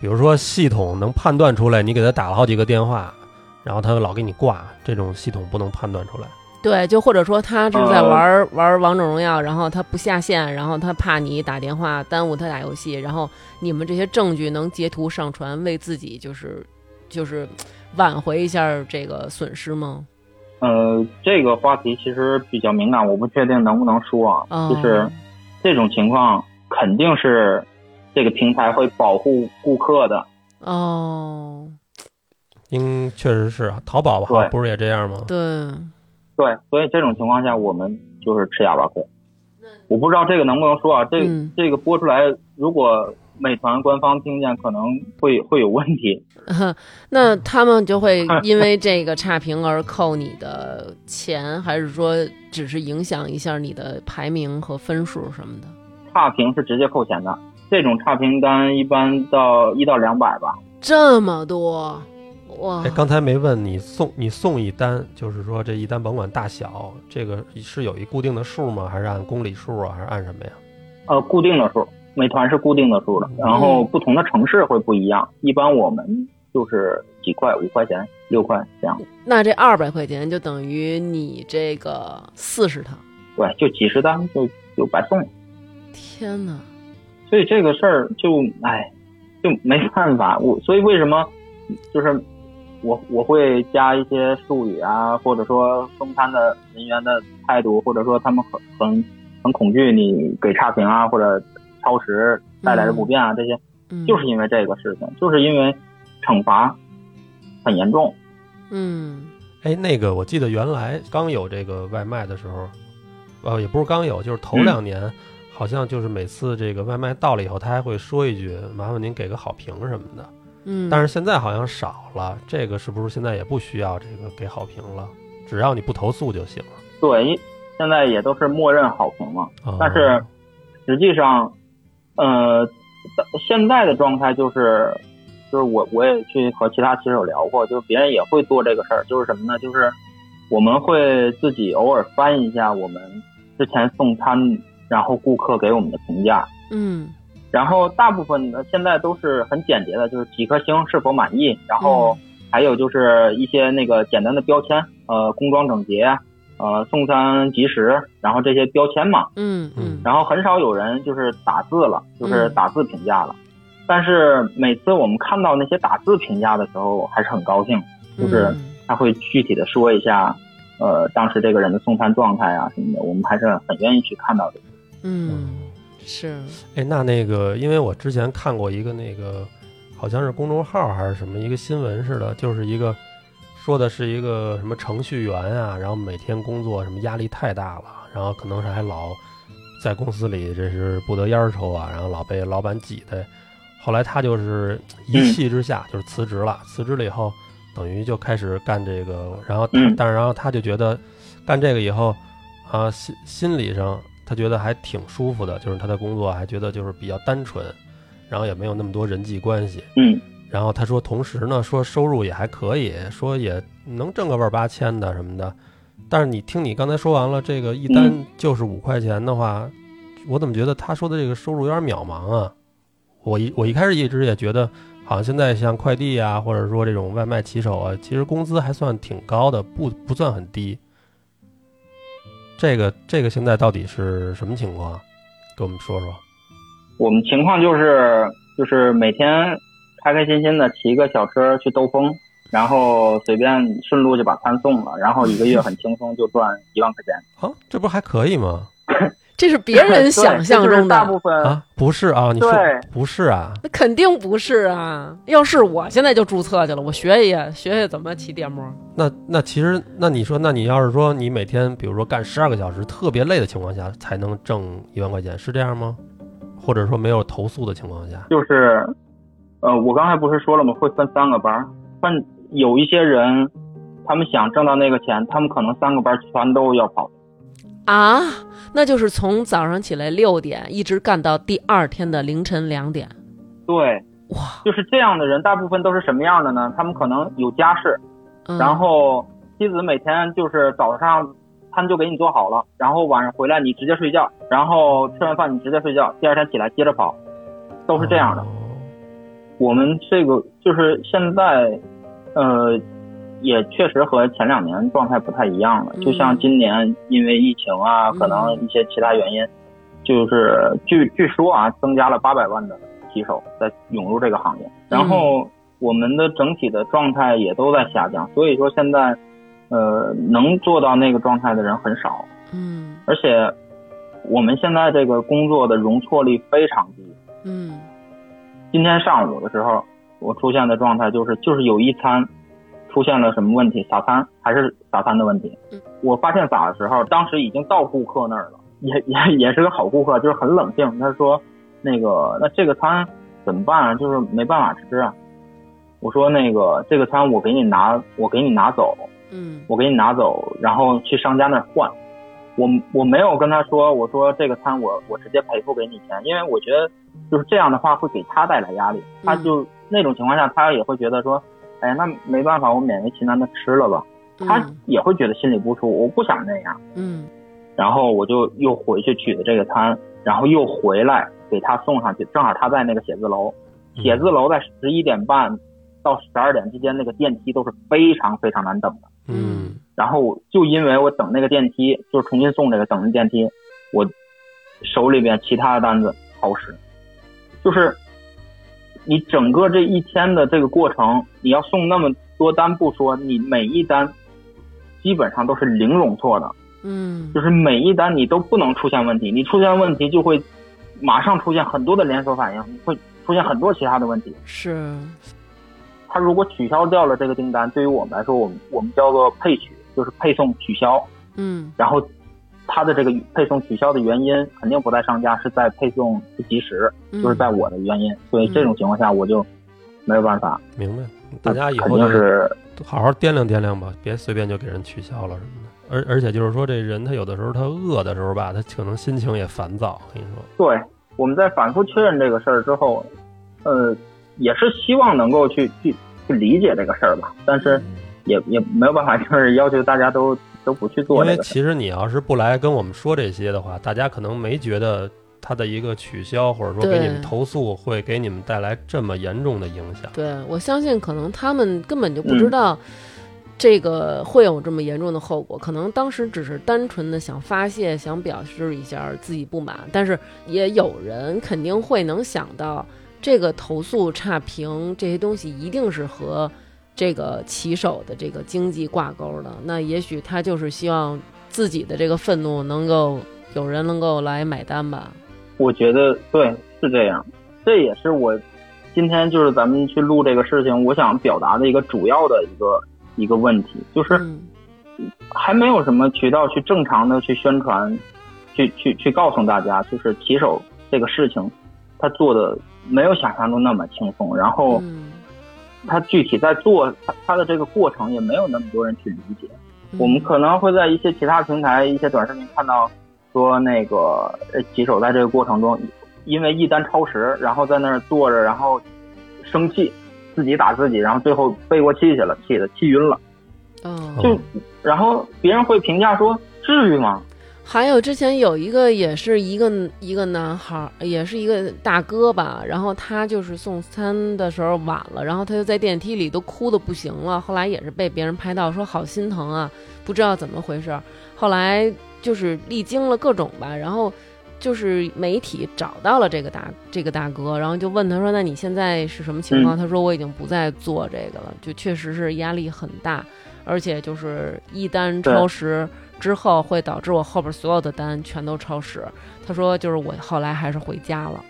比如说系统能判断出来你给他打了好几个电话，然后他老给你挂，这种系统不能判断出来。
对，就或者说他是在
呃
玩、玩王者荣耀，然后他不下线，然后他怕你打电话耽误他打游戏，然后你们这些证据能截图上传，为自己就是就是挽回一下这个损失吗？
呃，这个话题其实比较敏感，我不确定能不能说啊，
哦
就是这种情况肯定是这个平台会保护顾客的，
哦，
应确实是啊淘宝吧
对，
不是也这样吗？
对，
对，所以这种情况下我们就是吃哑巴亏。我不知道这个能不能说啊，这个
嗯
这个播出来，如果美团官方听见，可能会会有问题。
那他们 就会因为这个差评而扣你的钱，还是说只是影响一下你的排名和分数什么的？
差评是直接扣钱的，这种差评单一般到一到两百吧。
这么多，哇
哎，！刚才没问你送你送一单，就是说这一单甭管大小，这个是有一固定的数吗？还是按公里数啊？还是按什么呀？
呃，固定的数，美团是固定的数的，然后不同的城市会不一样。一般我们就是几块，五块钱、六块这样，
那这二百块钱就等于你这个四十趟，
对，就几十单就就白送了。
天哪！
所以这个事儿就哎，就没办法。我所以为什么就是我我会加一些术语啊，或者说中餐的人员的态度，或者说他们很很很恐惧你给差评啊，或者超时带来的不便啊，这些
嗯
就是因为这个事情，就是因为惩罚很严重。
嗯
哎，那个我记得原来刚有这个外卖的时候，呃，也不是刚有，就是头
嗯
两年，好像就是每次这个外卖到了以后，他还会说一句“麻烦您给个好评”什么的。
嗯，
但是现在好像少了，这个是不是现在也不需要这个给好评了？只要你不投诉就行了。
对，因现在也都是默认好评嘛。
啊
但是实际上，呃，现在的状态就是，就是我我也去和其他骑手聊过，就是别人也会做这个事儿，就是什么呢？就是我们会自己偶尔翻一下我们之前送餐，然后顾客给我们的评价，
嗯
然后大部分的现在都是很简洁的，就是几颗星是否满意，然后还有就是一些那个简单的标签，呃，工装整洁，呃，送餐及时，然后这些标签嘛。
嗯嗯
然后很少有人就是打字了，就是打字评价了。但是每次我们看到那些打字评价的时候，还是很高兴，就是
嗯
他会具体的说一下，呃，当时这个人的送餐状态啊什么的，我们还是很愿意去看到的。
嗯是
哎，那那个，因为我之前看过一个那个，好像是公众号还是什么一个新闻似的，就是一个说的是一个什么程序员啊，然后每天工作什么压力太大了，然后可能是还老在公司里这是不得烟抽啊，然后老被老板挤兑。后来他就是一气之下就是辞职了，辞职了以后等于就开始干这个，然后他
嗯
但是然后他就觉得干这个以后啊，心心理上他觉得还挺舒服的，就是他的工作还觉得就是比较单纯，然后也没有那么多人际关系。
嗯
然后他说，同时呢，说收入也还可以，说也能挣个万八千的什么的。但是你听你刚才说完了，这个一单就是五块钱的话，我怎么觉得他说的这个收入有点渺茫啊？我一我一开始一直也觉得，好像现在像快递啊，或者说这种外卖骑手啊，其实工资还算挺高的，不不算很低。这个这个现在到底是什么情况？给我们说说。
我们情况就是就是每天开开心心的骑个小车去兜风，然后随便顺路就把餐送了，然后一个月很轻松就赚一万块钱。
啊，这不是还可以吗？
这是别人
对
想象
就是
中
大
的
部。分
啊，不是啊，你说
呃对
不是啊？
那肯定不是啊！要是我现在就注册去了，我学一学学学怎么骑电摩。
那那其实，那你说，那你要是说你每天，比如说干十二个小时，特别累的情况下，才能挣一万块钱，是这样吗？或者说没有投诉的情况下，
就是，呃，我刚才不是说了吗？会分三个班儿，分有一些人，他们想挣到那个钱，他们可能三个班儿全都要跑。
啊，那就是从早上起来六点一直干到第二天的凌晨两点。
对，
哇，
就是这样的人，大部分都是什么样的呢？他们可能有家室，
嗯、
然后妻子每天就是早上餐就给你做好了，然后晚上回来你直接睡觉，然后吃完饭你直接睡觉，第二天起来接着跑，都是这样的。
哦
我们这个就是现在，呃，也确实和前两年状态不太一样了。
嗯
就像今年因为疫情啊，
嗯
可能一些其他原因，就是据据说啊，增加了八百万的骑手在涌入这个行业，
嗯
然后我们的整体的状态也都在下降，所以说现在，呃，能做到那个状态的人很少，
嗯
而且我们现在这个工作的容错率非常低。
嗯
今天上午的时候，我出现的状态就是就是有一餐出现了什么问题，撒餐还是撒餐的问题
嗯。
我发现撒的时候，当时已经到顾客那儿了，也也也是个好顾客，就是很冷静。他说：“那个，那这个餐怎么办啊？就是没办法吃啊。”我说：“那个，这个餐我给你拿，我给你拿走，
嗯
我给你拿走，然后去商家那儿换。我我没有跟他说，我说这个餐我我直接赔付给你钱，因为我觉得就是这样的话会给他带来压力，他就那种情况下他也会觉得说，哎呀，那没办法，我勉为其难的吃了吧，他
嗯
也会觉得心里不舒服，我不想那样，
嗯
然后我就又回去取的这个餐，然后又回来给他送上去，正好他在那个写字楼，
嗯
写字楼在十一点半到十二点之间那个电梯都是非常非常难等的。
嗯
然后我就因为我等那个电梯，就是重新送这个等那电梯，我手里边其他的单子超时，就是你整个这一天的这个过程，你要送那么多单不说，你每一单基本上都是零容错的，
嗯
就是每一单你都不能出现问题，你出现问题就会马上出现很多的连锁反应，会出现很多其他的问题。
是，
他如果取消掉了这个订单，对于我们来说，我们我们叫做配取，就是配送取消。
嗯
然后他的这个配送取消的原因肯定不在商家，是在配送不及时，
嗯
就是在我的原因。所以这种情况下我就没有办法，
明白。大家以
肯
后
定
就是
是
好好掂量掂量吧，别随便就给人取消了什么的。而而且就是说，这人他有的时候他饿的时候吧，他可能心情也烦躁。跟你说，
对。我们在反复确认这个事儿之后，呃，也是希望能够去去去理解这个事儿吧，但
嗯
是也也没有办法，就是要求大家都都不去做
因
这
为
个事
其实你要是不来跟我们说这些的话，大家可能没觉得他的一个取消或者说给你
对
们投诉会给你们带来这么严重的影响。
对，我相信可能他们根本就不
嗯
知道这个会有这么严重的后果，可能当时只是单纯的想发泄，想表示一下自己不满，但是也有人肯定会能想到，这个投诉、差评这些东西一定是和这个骑手的这个经济挂钩的，那也许他就是希望自己的这个愤怒能够有人能够来买单吧。
我觉得对，是这样。这也是我今天就是咱们去录这个事情，我想表达的一个主要的一个一个问题，就是
嗯
还没有什么渠道去正常的去宣传，去去去告诉大家，就是骑手这个事情，他做的没有想象中那么轻松，然后
嗯，
他具体在做他他的这个过程也没有那么多人去理解。我们
嗯
可能会在一些其他平台、一些短视频看到说那个呃骑手在这个过程中，因为一单超时，然后在那儿坐着，然后生气，自己打自己，然后最后背过气去了，气的气晕了。
哦
就然后别人会评价说：“至于吗
还有之前有一个也是一个一个男孩儿，也是一个大哥吧，然后他就是送餐的时候晚了，然后他就在电梯里都哭的不行了，后来也是被别人拍到，说好心疼啊，不知道怎么回事儿。后来就是历经了各种吧，然后就是媒体找到了这个大这个大哥，然后就问他说：“那你现在是什么情况？”他说：“我已经不再做这个了，就确实是压力很大，而且就是一单超时之后会导致我后边所有的单全都超时。”他说：“就是我后来还是回家了。”？”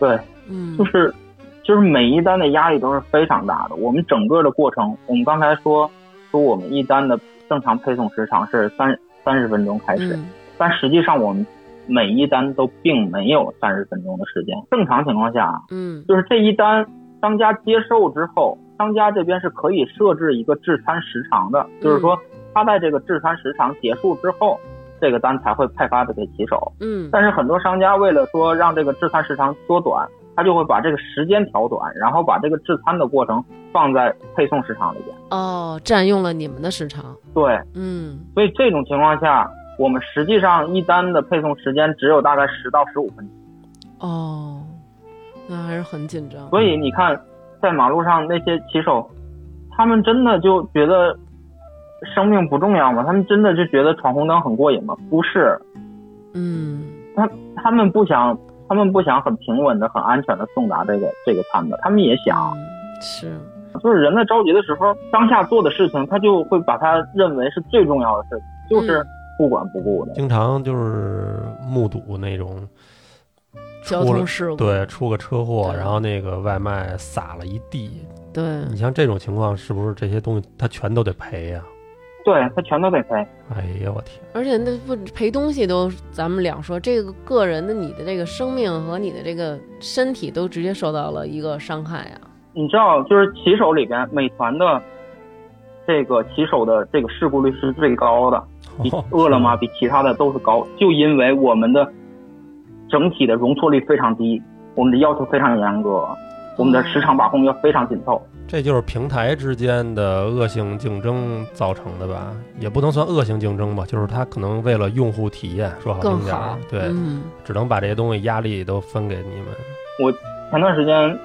对，
嗯
就是就是每一单的压力都是非常大的。我们整个的过程，我们刚才说说我们一单的正常配送时长是三三十分钟开始，
嗯
但实际上我们每一单都并没有三十分钟的时间。正常情况下，
嗯
就是这一单商家接受之后，商家这边是可以设置一个制餐时长的，就是说他在这个制餐时长结束之后，这个单才会派发的给骑手。
嗯
但是很多商家为了说让这个制餐时长缩短，他就会把这个时间调短，然后把这个制餐的过程放在配送时长里边。
哦，占用了你们的时长。
对，
嗯
所以这种情况下，我们实际上一单的配送时间只有大概十到十五分钟。
哦，那还是很紧张。
所以你看，在马路上那些骑手，他们真的就觉得生命不重要吗？他们真的就觉得闯红灯很过瘾吗？不是，
嗯
他他们不想，他们不想很平稳的、很安全的送达这个这个餐的，他们也想，
嗯是
就是人在着急的时候，当下做的事情，他就会把它认为是最重要的事情，就是
嗯
不管不顾的。
经常就是目睹那种
交
出了
通事故。
对出个车祸，
对
然后那个外卖撒了一地。
对
你像这种情况，是不是这些东西他全都得赔呀、
对他全都得赔。
哎呀，我天！
而且那不赔东西都，咱们两说，这个个人的你的这个生命和你的这个身体都直接受到了一个伤害啊。
你知道，就是骑手里边，美团的这个骑手的这个事故率是最高的，比
哦
饿了么、比其他的都是高，就因为我们的整体的容错率非常低，我们的要求非常严格，我
哦
们的时长把控要非常紧凑。
这就是平台之间的恶性竞争造成的吧？也不能算恶性竞争吧，就是他可能为了用户体验，说好
更
听点
好
儿，，对，
嗯
只能把这些东西压力都分给你们。
前段时间，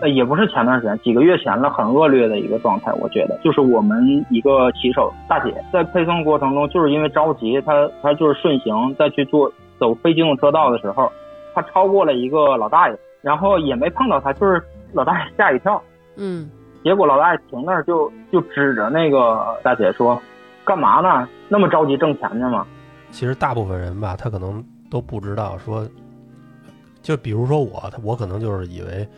呃，也不是前段时间，几个月前了，很恶劣的一个状态。我觉得，就是我们一个骑手大姐在配送过程中，就是因为着急，她她就是顺行再去做走非机动车道的时候，她超过了一个老大爷，然后也没碰到他，就是老大爷吓一跳。
嗯
结果老大停那儿就就指着那个大姐说：“干嘛呢？那么着急挣钱去吗
其实大部分人吧，他可能都不知道说，就比如说我，他我可能就是以为，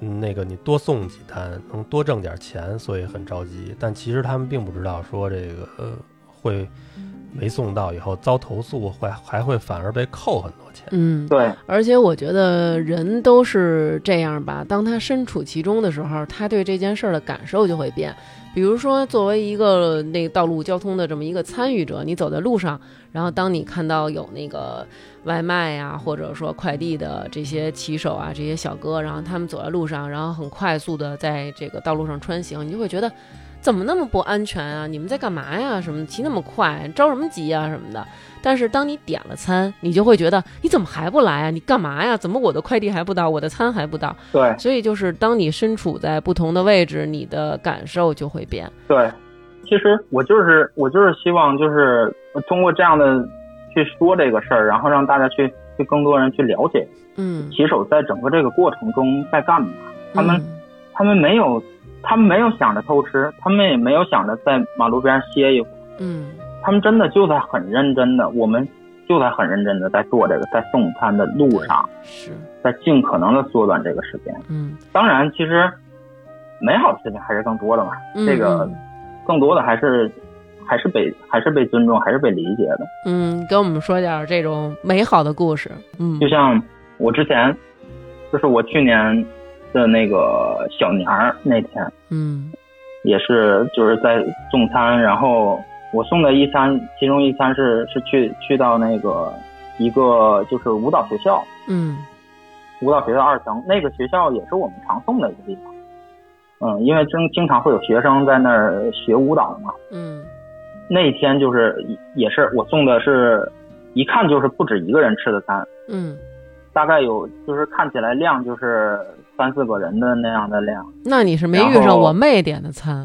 嗯那个你多送几单能多挣点钱，所以很着急。但其实他们并不知道说这个呃会没送到以后遭投诉，会还会反而被扣很多钱。
嗯？”，
对，
而且我觉得人都是这样吧，当他身处其中的时候，他对这件事儿的感受就会变。比如说，作为一个那个道路交通的这么一个参与者，你走在路上，然后当你看到有那个外卖呀、或者说快递的这些骑手啊，这些小哥，然后他们走在路上，然后很快速的在这个道路上穿行，你就会觉得怎么那么不安全啊？你们在干嘛呀？什么骑那么快，着什么急啊？什么的。但是当你点了餐，你就会觉得你怎么还不来啊？你干嘛呀？怎么我的快递还不到，我的餐还不到？
对，
所以就是当你身处在不同的位置，你的感受就会变。
对，其实我就是我就是希望就是通过这样的去说这个事儿，然后让大家去去更多人去了解
嗯，
骑手在整个这个过程中在干嘛。他们
嗯
他们没有他们没有想着偷吃，他们也没有想着在马路边歇一会儿，
嗯
他们真的就在很认真的，我们就在很认真的在做这个，在送餐的路上，
嗯是
在尽可能的缩短这个时间。
嗯
当然，其实美好的事情还是更多的嘛，
嗯
这个更多的还是还是被还是被尊重，还是被理解的。
嗯，跟我们说点儿这种美好的故事。嗯
就像我之前，就是我去年的那个小年儿那天，
嗯
也是就是在送餐，然后我送的一餐，其中一餐是是去去到那个一个就是舞蹈学校，
嗯
舞蹈学校二层那个学校也是我们常送的一个地方。嗯，因为经经常会有学生在那儿学舞蹈嘛。
嗯
那一天就是也是我送的是，一看就是不止一个人吃的餐，
嗯，
大概有就是看起来量就是三四个人的那样的量。
那你是没
然
遇上
后
我妹点的餐。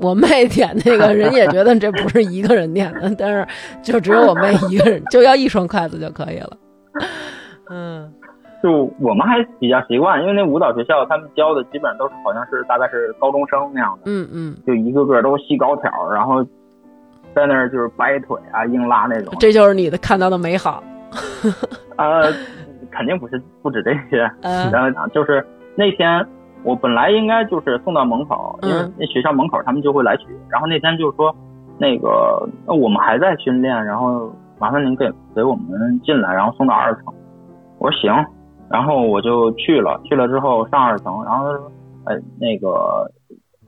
我妹点那个人也觉得这不是一个人点的，但是就只有我妹一个人，就要一双筷子就可以了。嗯
就我们还比较习惯，因为那舞蹈学校他们教的基本上都是好像是大概是高中生那样的，
嗯嗯，
就一个个都细高挑，然后在那儿就是掰腿啊、硬拉那种。
这就是你的看到的美好。
呃，肯定不是不止这些，
呃，
然后讲就是那天我本来应该就是送到门口，因
嗯
为那学校门口他们就会来取。然后那天就说，那个呃我们还在训练，然后麻烦您给给我们进来，然后送到二层。我说行，然后我就去了，去了之后上二层，然后他说，哎，那个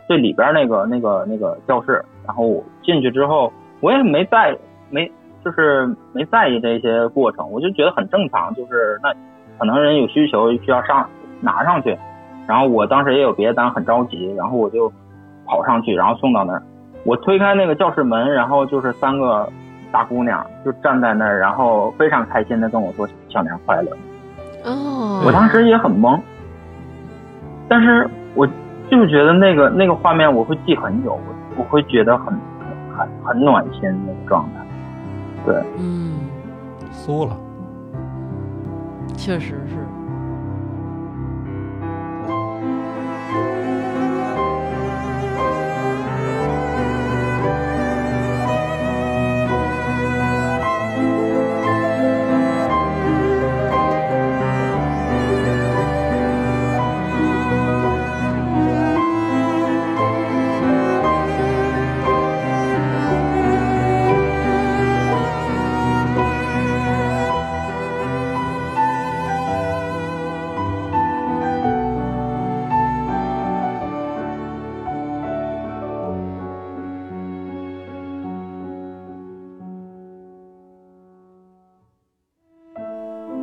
最里边那个那个那个教室，然后我进去之后，我也没在没就是没在意这些过程，我就觉得很正常，就是那可能人有需求需要上拿上去，然后我当时也有别的单很着急，然后我就跑上去，然后送到那儿。我推开那个教室门，然后就是三个大姑娘就站在那儿，然后非常开心的跟我说“小年快乐”。
哦，
我当时也很懵，但是我就是觉得那个那个画面我会记很久，我我会觉得很很很暖心那个状态。
嗯，
酥了，
确实是，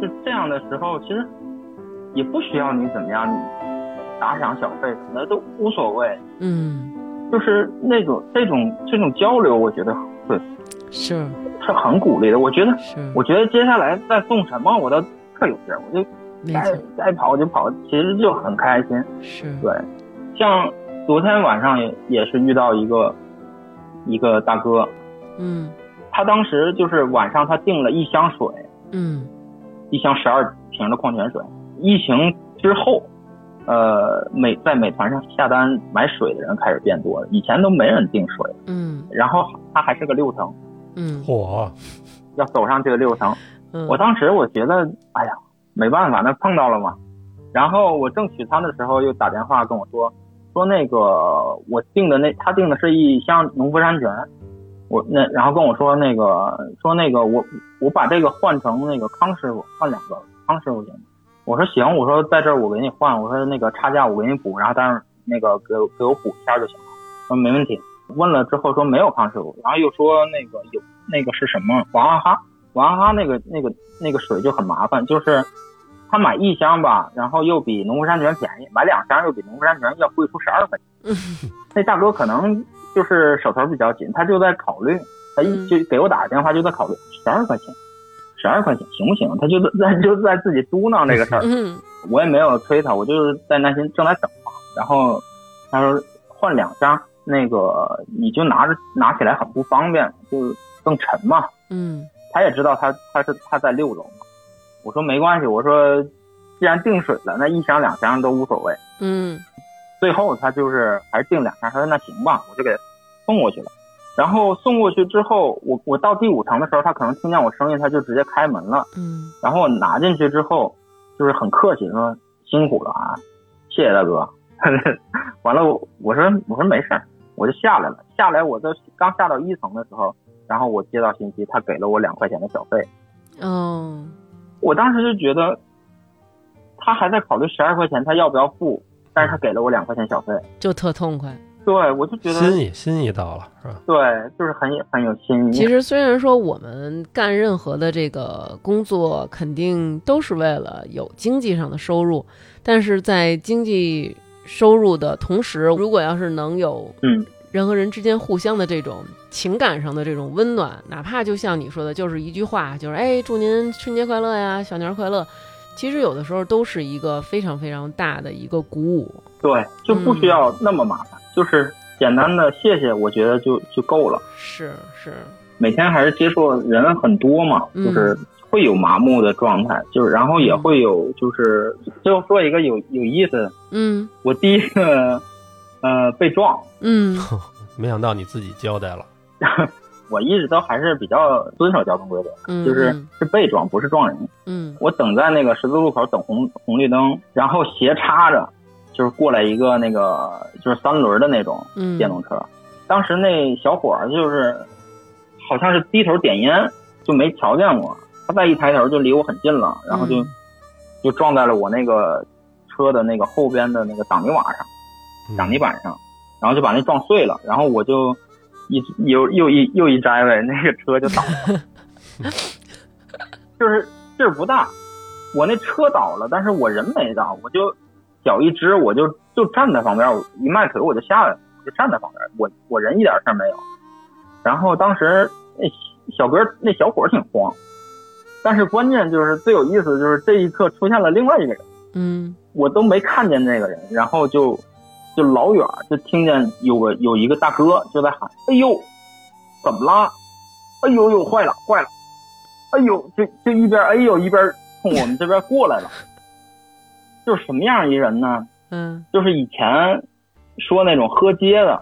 就这样的时候，其实也不需要你怎么样，你打赏小费什么的都无所谓。
嗯，
就是那种这种这种交流，我觉得对
是
是很鼓励的。我觉得，
是，
我觉得接下来再送什么，我都特有劲儿，我就
没
该
错，
该跑就跑，其实就很开心。
是，
对，像昨天晚上也也是遇到一个一个大哥，
嗯
他当时就是晚上他订了一箱水，
嗯
一箱十二瓶的矿泉水。疫情之后，呃，美在美团上下单买水的人开始变多了，以前都没人订水，
嗯
然后它还是个六层，
嗯
嚯，
要走上这个六层，
嗯，
我当时我觉得，哎呀，没办法，那碰到了嘛。然后我正取餐的时候，又打电话跟我说，说那个我订的那他订的是一箱农夫山泉，我那然后跟我说那个说那个我我把这个换成那个康师傅，换两个康师傅行吗？我说行，我说在这儿我给你换，我说那个差价我给你补，然后但是那个给我给我补一下就行了。说没问题。问了之后说没有康师傅，然后又说那个有那个是什么娃哈哈，娃哈哈那个那个那个水就很麻烦，就是他买一箱吧，然后又比农夫山泉便宜，买两箱又比农夫山泉要贵出十二块钱。那大哥可能就是手头比较紧，他就在考虑，他一
嗯
就给我打个电话就在考虑十二块钱，十二块钱行不行？他就在 就在自己嘟囔这个事儿，
嗯
我也没有催他，我就是在耐心正在等嘛。然后他说换两箱，那个你就拿着拿起来很不方便，就更沉嘛。
嗯
他也知道他他是他在六楼嘛。我说没关系，我说既然订水了，那一箱两箱都无所谓。
嗯
最后他就是还是订两箱，他说那行吧，我就给他送过去了。然后送过去之后，我我到第五层的时候，他可能听见我声音，他就直接开门了。
嗯
然后我拿进去之后，就是很客气地说辛苦了啊，谢谢大哥。 完了，我我说我说没事儿，我就下来了。下来我在刚下到一层的时候，然后我接到信息，他给了我两块钱的小费。
哦
我当时就觉得，他还在考虑十二块钱他要不要付，但是他给了我两块钱小费，
就特痛快。
对我就觉得
心意心意到了是吧？
对，就是很很有心
其
意。
实虽然说我们干任何的这个工作，肯定都是为了有经济上的收入，但是在经济收入的同时，如果要是能有
嗯
人和人之间互相的这种情感上的这种温暖，哪怕就像你说的，就是一句话，就是哎，祝您春节快乐呀，小年儿快乐。其实有的时候都是一个非常非常大的一个鼓舞，
对，就不
嗯
需要那么麻烦，就是简单的谢谢，我觉得就就够了。
是是，
每天还是接触人很多嘛，
嗯
就是会有麻木的状态，就是然后也会有就是最后说一个有有意思的，
嗯
我第一个呃被撞，
嗯
没想到你自己交代了，
我一直都还是比较遵守交通规则，
嗯，
就是是被撞不是撞人。
嗯
我等在那个十字路口等红红绿灯，然后斜插着，就是过来一个那个就是三轮的那种
嗯
电动车。当时那小伙儿就是好像是低头点烟，就没瞧见我，他再一抬头就离我很近了，然后就、
嗯
就撞在了我那个车的那个后边的那个挡泥瓦上。
嗯
挡泥板上，然后就把那撞碎了，然后我就一又又一又一摘呗，那个车就倒了， 就是劲儿不大，我那车倒了，但是我人没倒，我就脚一支，我就就站在旁边，我一迈腿我就下来了，我就站在旁边，我我人一点事儿没有。然后当时那小哥那小伙儿挺慌，但是关键就是最有意思的就是这一刻出现了另外一个人。
嗯
我都没看见那个人，然后就就老远就听见有个有一个大哥就在喊：“哎呦，怎么啦？哎呦呦，坏了坏了！哎呦，就就一边哎呦一边冲我们这边过来了。 就是什么样一人呢？
嗯
就是以前说那种喝街的，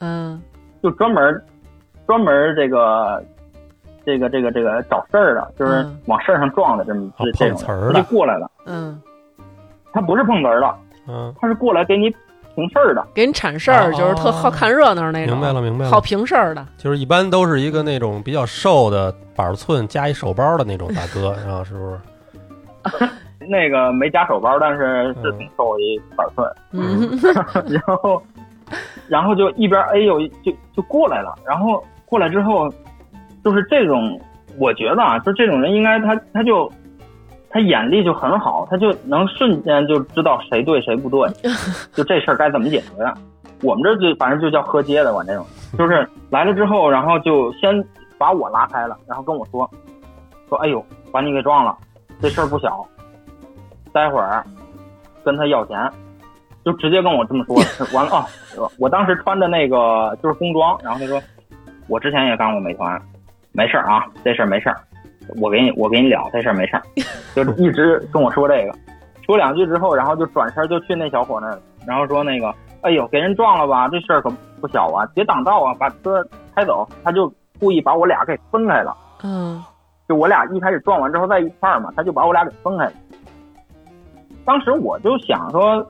嗯
就专门专门这个这个这个这个找事儿的，就是
嗯
往事儿上撞的这么、
啊
这这
碰瓷
种
儿
人，
的
他就过来了。
嗯，
他不是碰瓷儿的，
嗯，
他是过来给你平事儿的。
给你铲事儿，
哦
就是特好看热闹那种，
明白了明白了
好平事儿的，
就是一般都是一个那种比较瘦的板寸加一手包的那种大哥， 然后是不是？
那个没加手包，但是是挺瘦的一板寸。
嗯
然后，然后就一边哎呦就就过来了，然后过来之后，就是这种，我觉得啊，就这种人应该他他就他眼力就很好，他就能瞬间就知道谁对谁不对，就这事儿该怎么解决。啊我们这就反正就叫喝街的，管这种，就是来了之后，然后就先把我拉开了，然后跟我说说，哎呦，把你给撞了，这事儿不小，待会儿跟他要钱。就直接跟我这么说，完了啊！我我当时穿的那个就是工装，然后他说，我之前也干过美团，没事儿啊，这事儿没事儿，我给你我给你了，这事儿没事儿，就一直跟我说这个，说两句之后，然后就转身就去那小伙那儿了，然后说那个，哎呦，给人撞了吧，这事儿可不小啊，别挡道啊，把车开走。他就故意把我俩给分开了，
嗯
就我俩一开始撞完之后在一块儿嘛，他就把我俩给分开了。当时我就想说，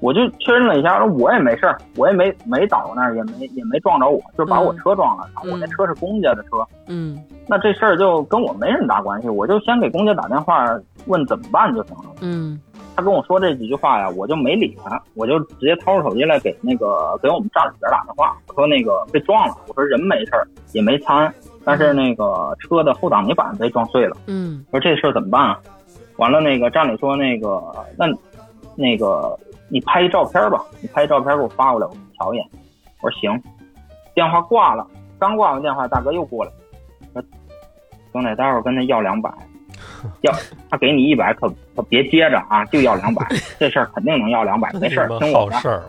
我就确认了一下，我也没事儿，我也没没倒那儿，也没也没撞着我，就是把我车撞了，然后我那车是公家的车，
嗯
那这事儿就跟我没什么大关系，我就先给公家打电话问怎么办就行了。
嗯
他跟我说这几句话呀，我就没理他，我就直接掏出手机来给那个给我们站里边打电话，我说那个被撞了，我说人没事儿，也没参，但是那个车的后挡泥板被撞碎了，
嗯
我说这事儿怎么办啊？完了，那个站里说那个那那个你拍一照片吧，你拍一照片给我发过来，我瞧一眼。我说行，电话挂了，刚挂完电话，大哥又过来，说兄弟，待会儿跟他要 两百，要他给你一百，可可别接着啊，就要 两百，这事儿肯定能要两百，没事儿，
这
听
么
我
好
的
事儿啊，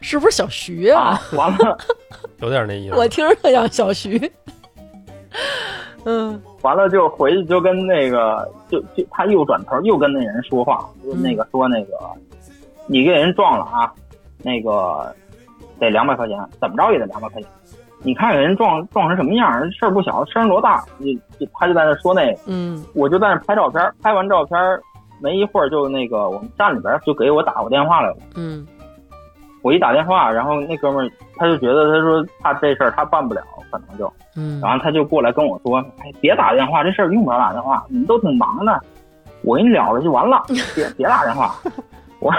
是不是小徐
啊
啊？。
完了，
有点那意思。
我听着像小徐。嗯
完了就回去就跟那个就就他又转头又跟那人说话，就那个说那个你给人撞了啊，那个得两百块钱，怎么着也得两百块钱。你看给人撞撞成什么样儿，事儿不小，声儿多大？你就他就在那说那个，
嗯
我就在那拍照片儿，拍完照片儿没一会儿就那个我们站里边儿就给我打过电话来了。
嗯
我一打电话，然后那哥们儿他就觉得他说他这事儿他办不了，可能就
嗯
然后他就过来跟我说：“哎，别打电话，这事儿用不着打电话，你们都挺忙的，我给你了了就完了，别别打电话。” 我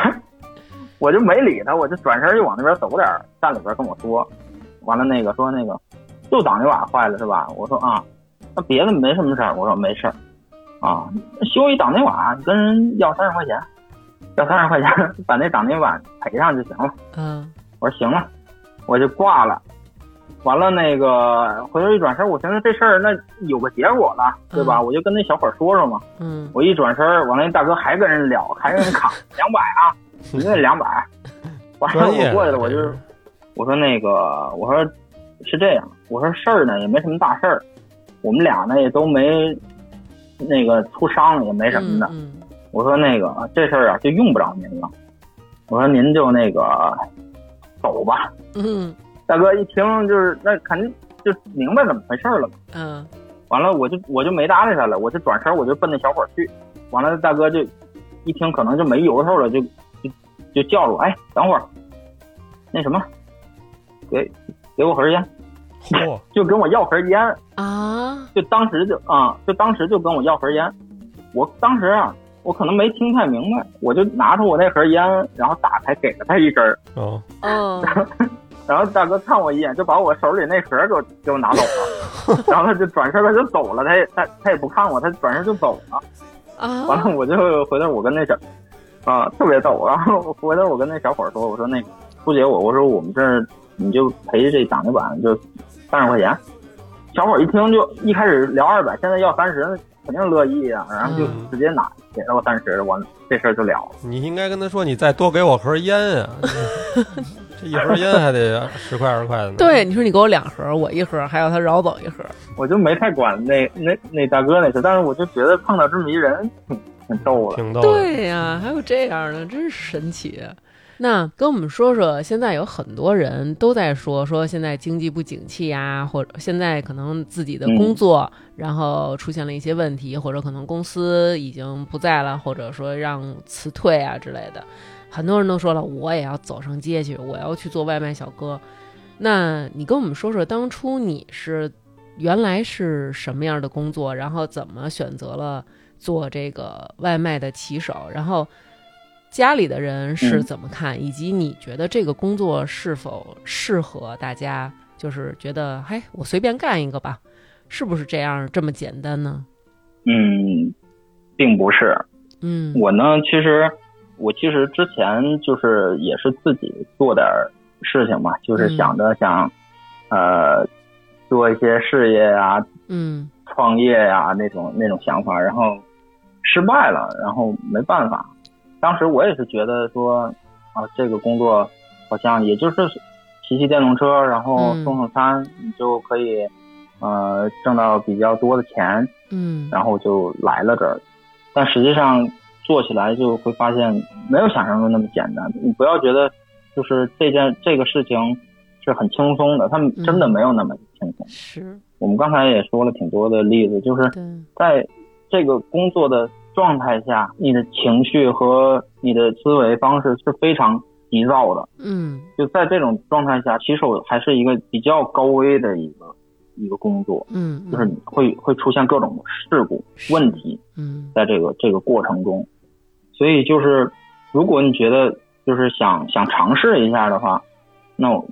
我就没理他，我就转身就往那边走点儿，站里边跟我说，完了那个说那个就挡泥瓦坏了是吧？我说啊，那别的没什么事儿，我说没事儿啊，修一挡泥瓦跟人要三十块钱，要三十块钱 把那挡泥瓦赔上就行了。
嗯
我说行了，我就挂了。完了，那个回头一转身，我寻思这事儿那有个结果了，对
嗯
吧？我就跟那小伙儿说说嘛。
嗯
我一转身，完了那大哥还跟人聊，还跟人扛两百啊，一个两百。完了
专业
我
的
过去了，我
这
就
个
是我说那个，我说是这样，我说事儿呢也没什么大事儿，我们俩呢也都没那个出伤，也没什么的。
嗯
我说那个这事儿啊就用不着您了，我说您就那个走吧。
嗯
大哥一听就是那肯定就明白怎么回事了嘛。
嗯
完了，我就我就没搭理他了，我就转身我就奔那小伙儿去。完了，大哥就一听可能就没由头了，就就就叫着我，哎，等会儿，那什么，给给我盒烟，
嚯，
就跟我要盒烟，
啊
就当时就啊、就当时就跟我要盒烟。我当时啊，我可能没听太明白，我就拿出我那盒烟，然后打开给了他一根儿，
哦，
哦
然后大哥看我一眼，就把我手里那盒儿给我给我拿走了， 然后他就转身他就走了，他也他他也不看我，他转身就走了。完
啊
了我就回头我跟那小啊特别逗，然后回头我跟那小伙儿说，我说那不姐我我说我们这儿你就赔这挡泥板就三十块钱。小伙儿一听就一开始聊二百，现在要三十，肯定乐意啊，然后就
嗯
直接拿给了我三十，完了这事儿就了了。
你应该跟他说，你再多给我盒烟 啊，这一盒烟还得十块二十块的呢。
对，你说你给我两盒，我一盒，还要他饶走一盒。
我就没太管那那那大哥那事，但是我就觉得碰到这么一人 挺挺逗的。
挺逗的。
对呀、还有这样的，真是神奇。那跟我们说说，现在有很多人都在说说现在经济不景气呀、或者现在可能自己的工作、然后出现了一些问题，或者可能公司已经不在了，或者说让辞退啊之类的。很多人都说了，我也要走上街去，我要去做外卖小哥。那你跟我们说说，当初你是原来是什么样的工作，然后怎么选择了做这个外卖的骑手，然后家里的人是
嗯
怎么看，以及你觉得这个工作是否适合大家，就是觉得，嘿，我随便干一个吧，是不是这样这么简单呢？
嗯，并不是。
嗯
我呢，其实我其实之前就是也是自己做点儿事情嘛，就是想着想，呃，做一些事业啊、
嗯
创业呀、那种那种想法，然后失败了，然后没办法。当时我也是觉得说，啊，这个工作好像也就是骑骑电动车，然后
嗯
送送餐，你就可以呃挣到比较多的钱。
嗯
然后就来了这儿。但实际上做起来就会发现没有想象中那么简单。你不要觉得就是这件这个事情是很轻松的，他们真
嗯
的没有那么轻松。
是，
我们刚才也说了挺多的例子，就是
对，
在这个工作的状态下，你的情绪和你的思维方式是非常急躁的。
嗯
就在这种状态下，骑手还是一个比较高危的一个一个工作，
嗯，
就是会会出现各种事故
是
问题。
嗯
在这个这个过程中。所以就是，如果你觉得就是想想尝试一下的话，那我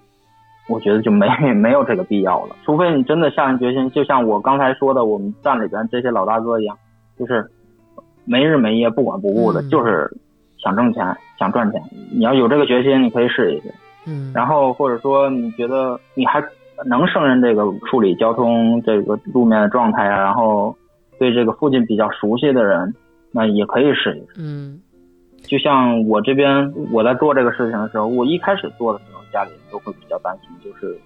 我觉得就没 没有这个必要了。除非你真的下定决心，就像我刚才说的，我们站里边这些老大哥一样，就是没日没夜、不管不顾的，
嗯
就是想挣钱、想赚钱。你要有这个决心，你可以试一试。
嗯，
然后或者说你觉得你还能胜任这个处理交通这个路面的状态啊，然后对这个附近比较熟悉的人，那也可以试一试。
嗯
就像我这边我在做这个事情的时候，我一开始做的时候，家里人都会比较担心，就是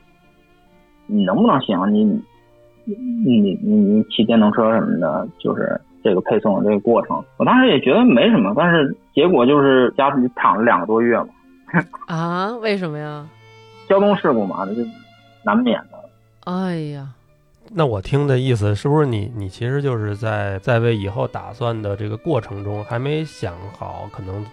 你能不能行？你你你你你骑电动车什么的，就是这个配送这个过程，我当时也觉得没什么，但是结果就是家里躺了两个多月嘛，
啊，为什么呀？
交通事故嘛，这就难免的。
哎呀，
那我听的意思是不是你你其实就是在在为以后打算的这个过程中还没想好，可能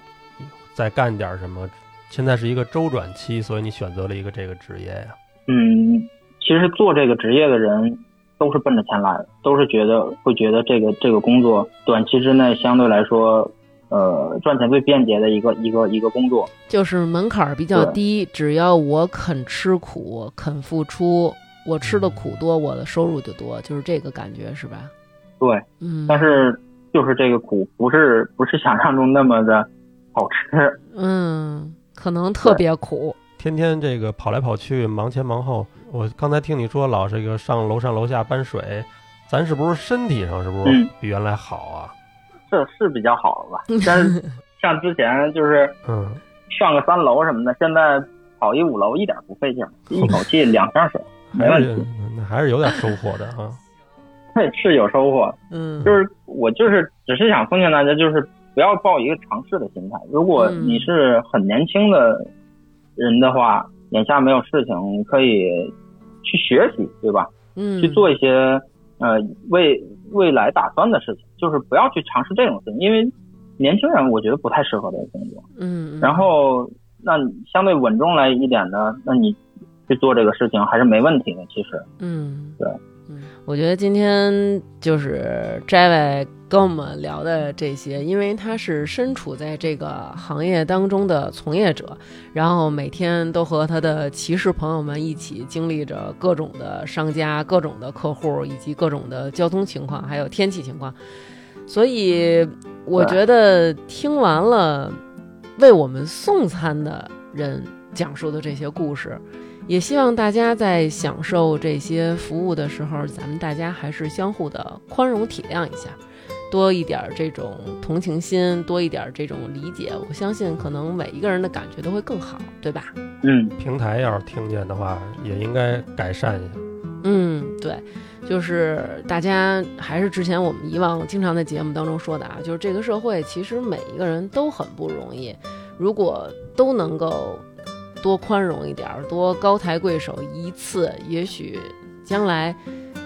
再干点什么？现在是一个周转期，所以你选择了一个这个职业呀、
嗯，其实做这个职业的人都是奔着钱来的，都是觉得会觉得这个这个工作短期之内相对来说，呃，赚钱最便捷的一个一个一个工作。
就是门槛儿比较
对
低，只要我肯吃苦、肯付出，我吃的苦多，我的收入就多，就是这个感觉是吧？
对，
嗯，
但是就是这个苦不是不是想象中那么的好吃。
嗯，可能特别苦，
天天这个跑来跑去，忙前忙后。我刚才听你说老这个上楼上楼下搬水，咱是不是身体上是不是
嗯
比原来好啊？
这是比较好了吧？但是像之前就是
嗯，
上个三楼什么的，现在跑一五楼一点不费劲儿，一口气两箱水，没
还
问
是
题，
那还是有点收获的啊。
对 是有收获。
嗯，
就是我就是只是想奉劝大家，就是不要抱一个尝试的心态。如果
嗯
你是很年轻的人的话，眼下没有事情，你可以去学习，对吧？
嗯，
去做一些呃未未来打算的事情，就是不要去尝试这种事情，因为年轻人我觉得不太适合这个工作。
嗯，嗯，
然后，那你相对稳重来一点的，那你去做这个事情还是没问题的。其实，
嗯，
对
嗯，我觉得今天就是摘伟跟我们聊的这些，因为他是身处在这个行业当中的从业者，然后每天都和他的骑士朋友们一起经历着各种的商家、各种的客户以及各种的交通情况，还有天气情况，所以我
对
觉得听完了为我们送餐的人讲述的这些故事，也希望大家在享受这些服务的时候，咱们大家还是相互的宽容体谅一下，多一点儿这种同情心，多一点儿这种理解。我相信，可能每一个人的感觉都会更好，对吧？
嗯，
平台要是听见的话，也应该改善一下。
嗯，对，就是大家还是之前我们以往经常在节目当中说的啊，就是这个社会其实每一个人都很不容易，如果都能够多宽容一点儿，多高抬贵手一次，也许将来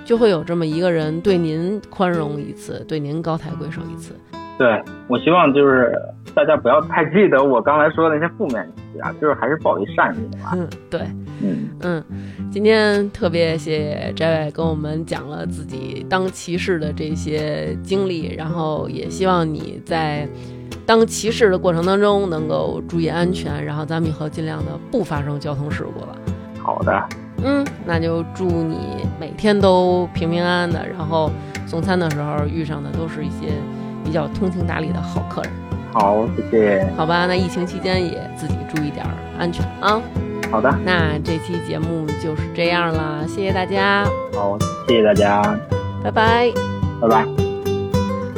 就会有这么一个人对您宽容一次，对您高抬贵手一次。
对，我希望就是大家不要太记得我刚才说的那些负面信息啊，就是还是抱以善意的吧。
嗯，对。
嗯，
嗯，今天特别谢谢翟伟跟我们讲了自己当骑士的这些经历，然后也希望你在当骑士的过程当中能够注意安全，然后咱们以后尽量的不发生交通事故了。
好的，
嗯，那就祝你每天都平平安安的，然后送餐的时候遇上的都是一些比较通情达理的好客人，
好，谢谢，
好吧？那疫情期间也自己注意点儿安全啊。
好的，
那这期节目就是这样啦，谢谢大家。
好，谢谢大家，
拜拜。
拜拜。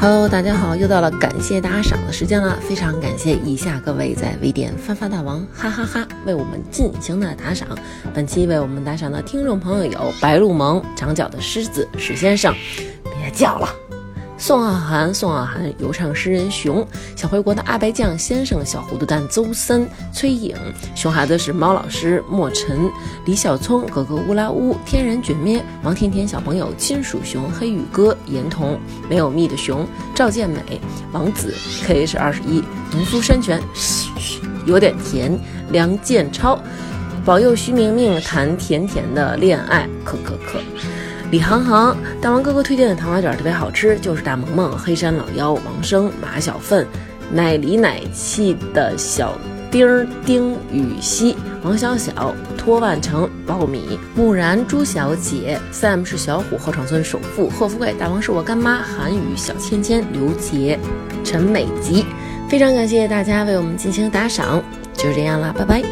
Hello，大家好，又到了感谢打赏的时间了，非常感谢以下各位在微店发发大王哈哈哈为我们进行的打赏。本期为我们打赏的听众朋友有白鹿萌、长角的狮子、史先生，别叫了，宋浩涵、宋浩涵、游唱诗人熊、小回国的阿白酱先生、小糊涂蛋周三、崔颖、熊孩子是猫老师、莫尘、李小聪、格格乌拉乌、天然卷面、王甜甜小朋友、金属熊、黑羽哥、严童、没有蜜的熊、赵健美、王子、K H 二十一、农夫山泉，嘘嘘，有点甜，梁建超。保佑徐明明谈甜甜的恋爱，可可可。李航航，大王哥哥推荐的糖花卷特别好吃，就是大萌萌、黑山老妖、王生、马小粪、奶里奶气的小丁儿丁禹兮、王小小、托万成、苞米、木然、朱小姐、Sam 是小虎、后场村首富、贺富贵、大王是我干妈、韩语、小芊芊、刘杰、陈美吉。非常感谢大家为我们进行打赏，就是这样啦，拜拜。